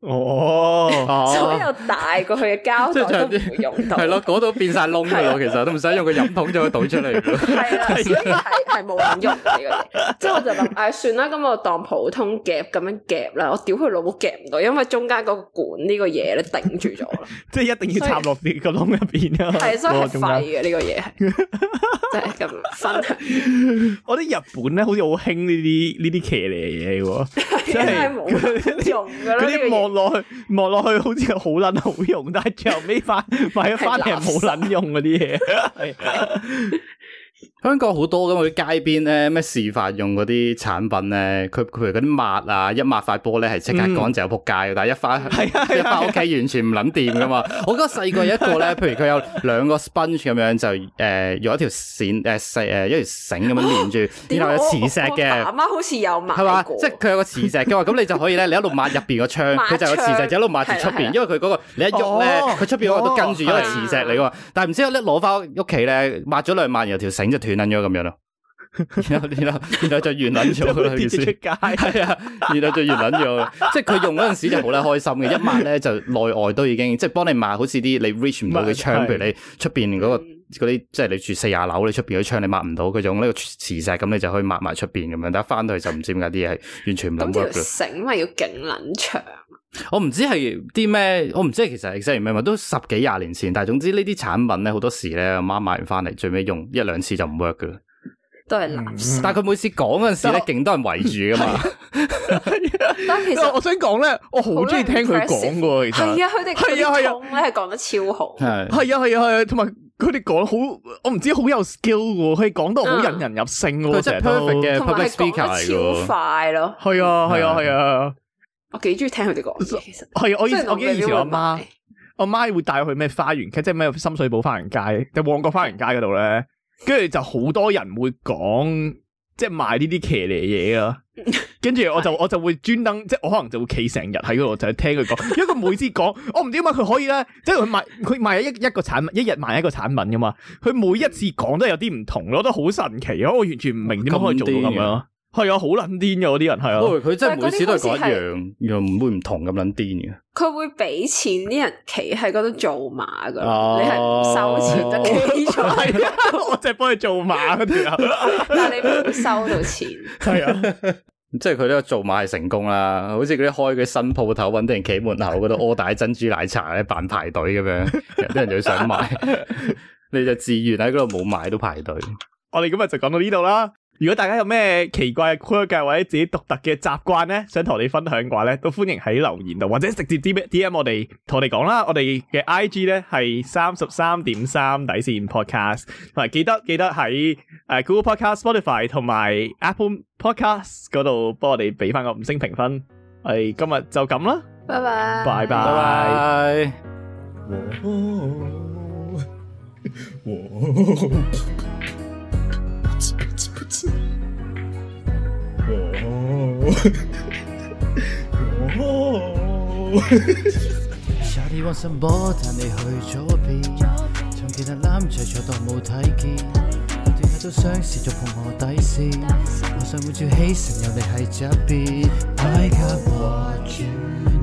Speaker 1: 哦，
Speaker 3: 所
Speaker 2: 哦，
Speaker 3: 有大過佢嘅膠
Speaker 2: 即係
Speaker 3: 袋
Speaker 2: 長
Speaker 3: 都唔會
Speaker 2: 啲
Speaker 3: 用到。
Speaker 2: 係咯，嗰度變晒窿噶咯，其實都唔使用個飲筒就可以倒出嚟㗎咯。
Speaker 3: 係啦，所以係係冇人用嘅呢個嘢。之後我就諗， 唉，算啦，咁我當普通夾咁樣夾啦。我屌佢老母夾唔到，因為中間嗰個管呢個嘢咧頂住咗啦。
Speaker 1: 即係一定要插落啲個窿入邊啊！
Speaker 3: 係，所以係
Speaker 1: 嗰個中
Speaker 3: 廢
Speaker 1: 間
Speaker 3: 嘅呢個嘢係，即係咁分享，
Speaker 1: 我覺得日本咧好似好興呢啲呢啲騎呢嘢喎，
Speaker 3: 真係冇乜用噶啦
Speaker 1: 嗰
Speaker 3: 呢個
Speaker 1: 啲望
Speaker 3: 嘢。
Speaker 1: 落去望落去 好似好撚好用，但係最後尾翻買咗翻嚟係冇撚用嗰啲嘢。
Speaker 2: 香港好多咁，佢街邊咧咩示範用嗰啲產品咧，佢譬如嗰啲抹啊，一抹塊玻璃係即刻乾淨到仆街嘅，嗯但係一啊翻 一翻屋企完全唔撚掂噶嘛。我覺得細個有一個 咧，譬如佢有兩個 sponge 咁樣就誒、呃用一條線誒細誒一條繩咁樣 連住，然後有磁石
Speaker 3: 點解我我
Speaker 2: 嘅
Speaker 3: 我。媽媽好似有買
Speaker 2: 係嘛？
Speaker 3: 過，
Speaker 2: 即係佢有個磁 石嘅話，咁你就可以咧，你一路抹入邊個窗，
Speaker 3: 抹
Speaker 2: 佢就有磁石
Speaker 3: 窗
Speaker 2: 就一路抹住出
Speaker 3: 係啦係
Speaker 2: 邊
Speaker 3: 啦，
Speaker 2: 因為佢嗰個你一喐咧
Speaker 1: 哦，
Speaker 2: 佢出邊嗰個都跟住，因為
Speaker 3: 哦
Speaker 2: 磁石嚟噶嘛。但係唔知一攞翻屋企咧，抹咗兩抹，然後條繩就斷撚咗咁 樣咯。然後然後然後就完撚咗佢啦，
Speaker 1: 跌
Speaker 2: 意
Speaker 1: 咗出
Speaker 2: 思。
Speaker 1: 街，
Speaker 2: 係啊，然後就完撚咗，即係佢用嗰陣時就好啦開心嘅，一抹咧就內外都已經即係幫你抹，好似啲你 reach 唔到嘅窗，
Speaker 1: 抹
Speaker 2: 譬如你出邊嗰個嗰啲，即係你住四廿樓，你出邊嗰啲窗你抹唔到，佢用呢個磁石咁，你就可以抹埋出邊咁樣，但係翻到去就唔知點解啲嘢係完全唔
Speaker 3: 咁
Speaker 2: 諗 work
Speaker 3: 條
Speaker 2: 嘅。
Speaker 3: 繩咪要勁撚長，
Speaker 2: 我唔知係啲咩，我唔知係其實 exactly 咩，都十幾廿年前，但係總之呢啲產品咧好多時咧，我媽買完翻嚟最尾用一兩次就唔 work 嘅啦。
Speaker 3: 都係垃圾。
Speaker 2: 但係佢每次講嗰陣時咧，勁多人圍住噶 嘛。
Speaker 3: 但 其
Speaker 1: 我
Speaker 3: 實
Speaker 1: 想講咧，我好中意聽佢講嘅喎，其實
Speaker 3: 係啊，佢哋佢
Speaker 1: 係啊
Speaker 3: 啲
Speaker 1: 係啊
Speaker 3: 痛咧係講得超好，
Speaker 2: 係
Speaker 1: 係啊係啊係啊，同埋佢哋講好，我唔知好有 skill 嘅喎，佢哋講得
Speaker 3: 啊
Speaker 1: 好引人入勝
Speaker 2: 佢
Speaker 1: 喎，成日
Speaker 2: 真係
Speaker 1: 都
Speaker 2: perfect 嘅
Speaker 3: 同
Speaker 2: public
Speaker 3: 埋係
Speaker 2: speaker 嚟嘅
Speaker 3: 講得超
Speaker 2: 喎。
Speaker 3: 快咯。
Speaker 1: 係啊係
Speaker 3: 嗯
Speaker 1: 啊係啊
Speaker 3: 我幾中意聽佢哋講嘢，其實。
Speaker 1: 係啊！我以
Speaker 3: 雖
Speaker 1: 前
Speaker 3: 然
Speaker 1: 我記得以前我媽
Speaker 3: 未必會買。
Speaker 1: 我媽會帶我去咩花園即係咩深水埗花園街，就旺角花園街嗰度咧，跟住就好多人會講，即係賣呢啲騎呢嘢 啊。跟住我就我就會專登，即係我可能就會企成日喺嗰度，就係聽佢講，因為佢每次講，我唔知點解佢可以咧，即係佢賣佢賣一一個產品，一日賣一個產品噶嘛，佢每一次講都有啲唔同咯，我覺得好神奇啊！我完全唔明點解可以做到咁樣咯，係啊，好撚癲嘅嗰啲人係啊。
Speaker 2: 喂，佢真係每次都係講一
Speaker 3: 但係嗰
Speaker 2: 樣，又唔會唔同咁撚癲嘅。
Speaker 3: 佢會俾錢啲人企喺嗰度做馬
Speaker 1: 啊
Speaker 3: 噶，
Speaker 2: 哦
Speaker 3: 你係唔收錢就企咗，
Speaker 1: 哦 係啊，我就係幫佢做馬嗰條友。
Speaker 3: 但係你冇收到錢。
Speaker 1: 系啊，
Speaker 2: 即係佢呢個做馬係成功啦，好似嗰啲開嗰啲新鋪頭，揾啲人企門口嗰度屙大珍珠奶茶咧，扮排隊咁樣，啲人就會想買，你就自願喺嗰度冇買都排隊。
Speaker 1: 我哋今日就講到呢度啦。如果大家有咩奇怪嘅 quirk 嘅或者自己獨特嘅習慣咧，想同我哋分享嘅話咧，都歡迎喺留言度或者直接 D D M 我哋同我哋講啦。我哋嘅 I G 咧係三十三點三底線 podcast，同埋記得記得喺誒 Google Podcast、Spotify 同埋 Apple Podcast 嗰度幫我哋俾翻個五星評分。我哋今日就咁啦，
Speaker 3: 拜
Speaker 1: 拜拜。
Speaker 3: 拜，
Speaker 2: 拜拜。
Speaker 4: Charlie want some more，但你去咗邊？從其他攬著坐當冇睇見，不斷睇到相視逐碰我底線。我想會照起身，有你喺側邊。I got what you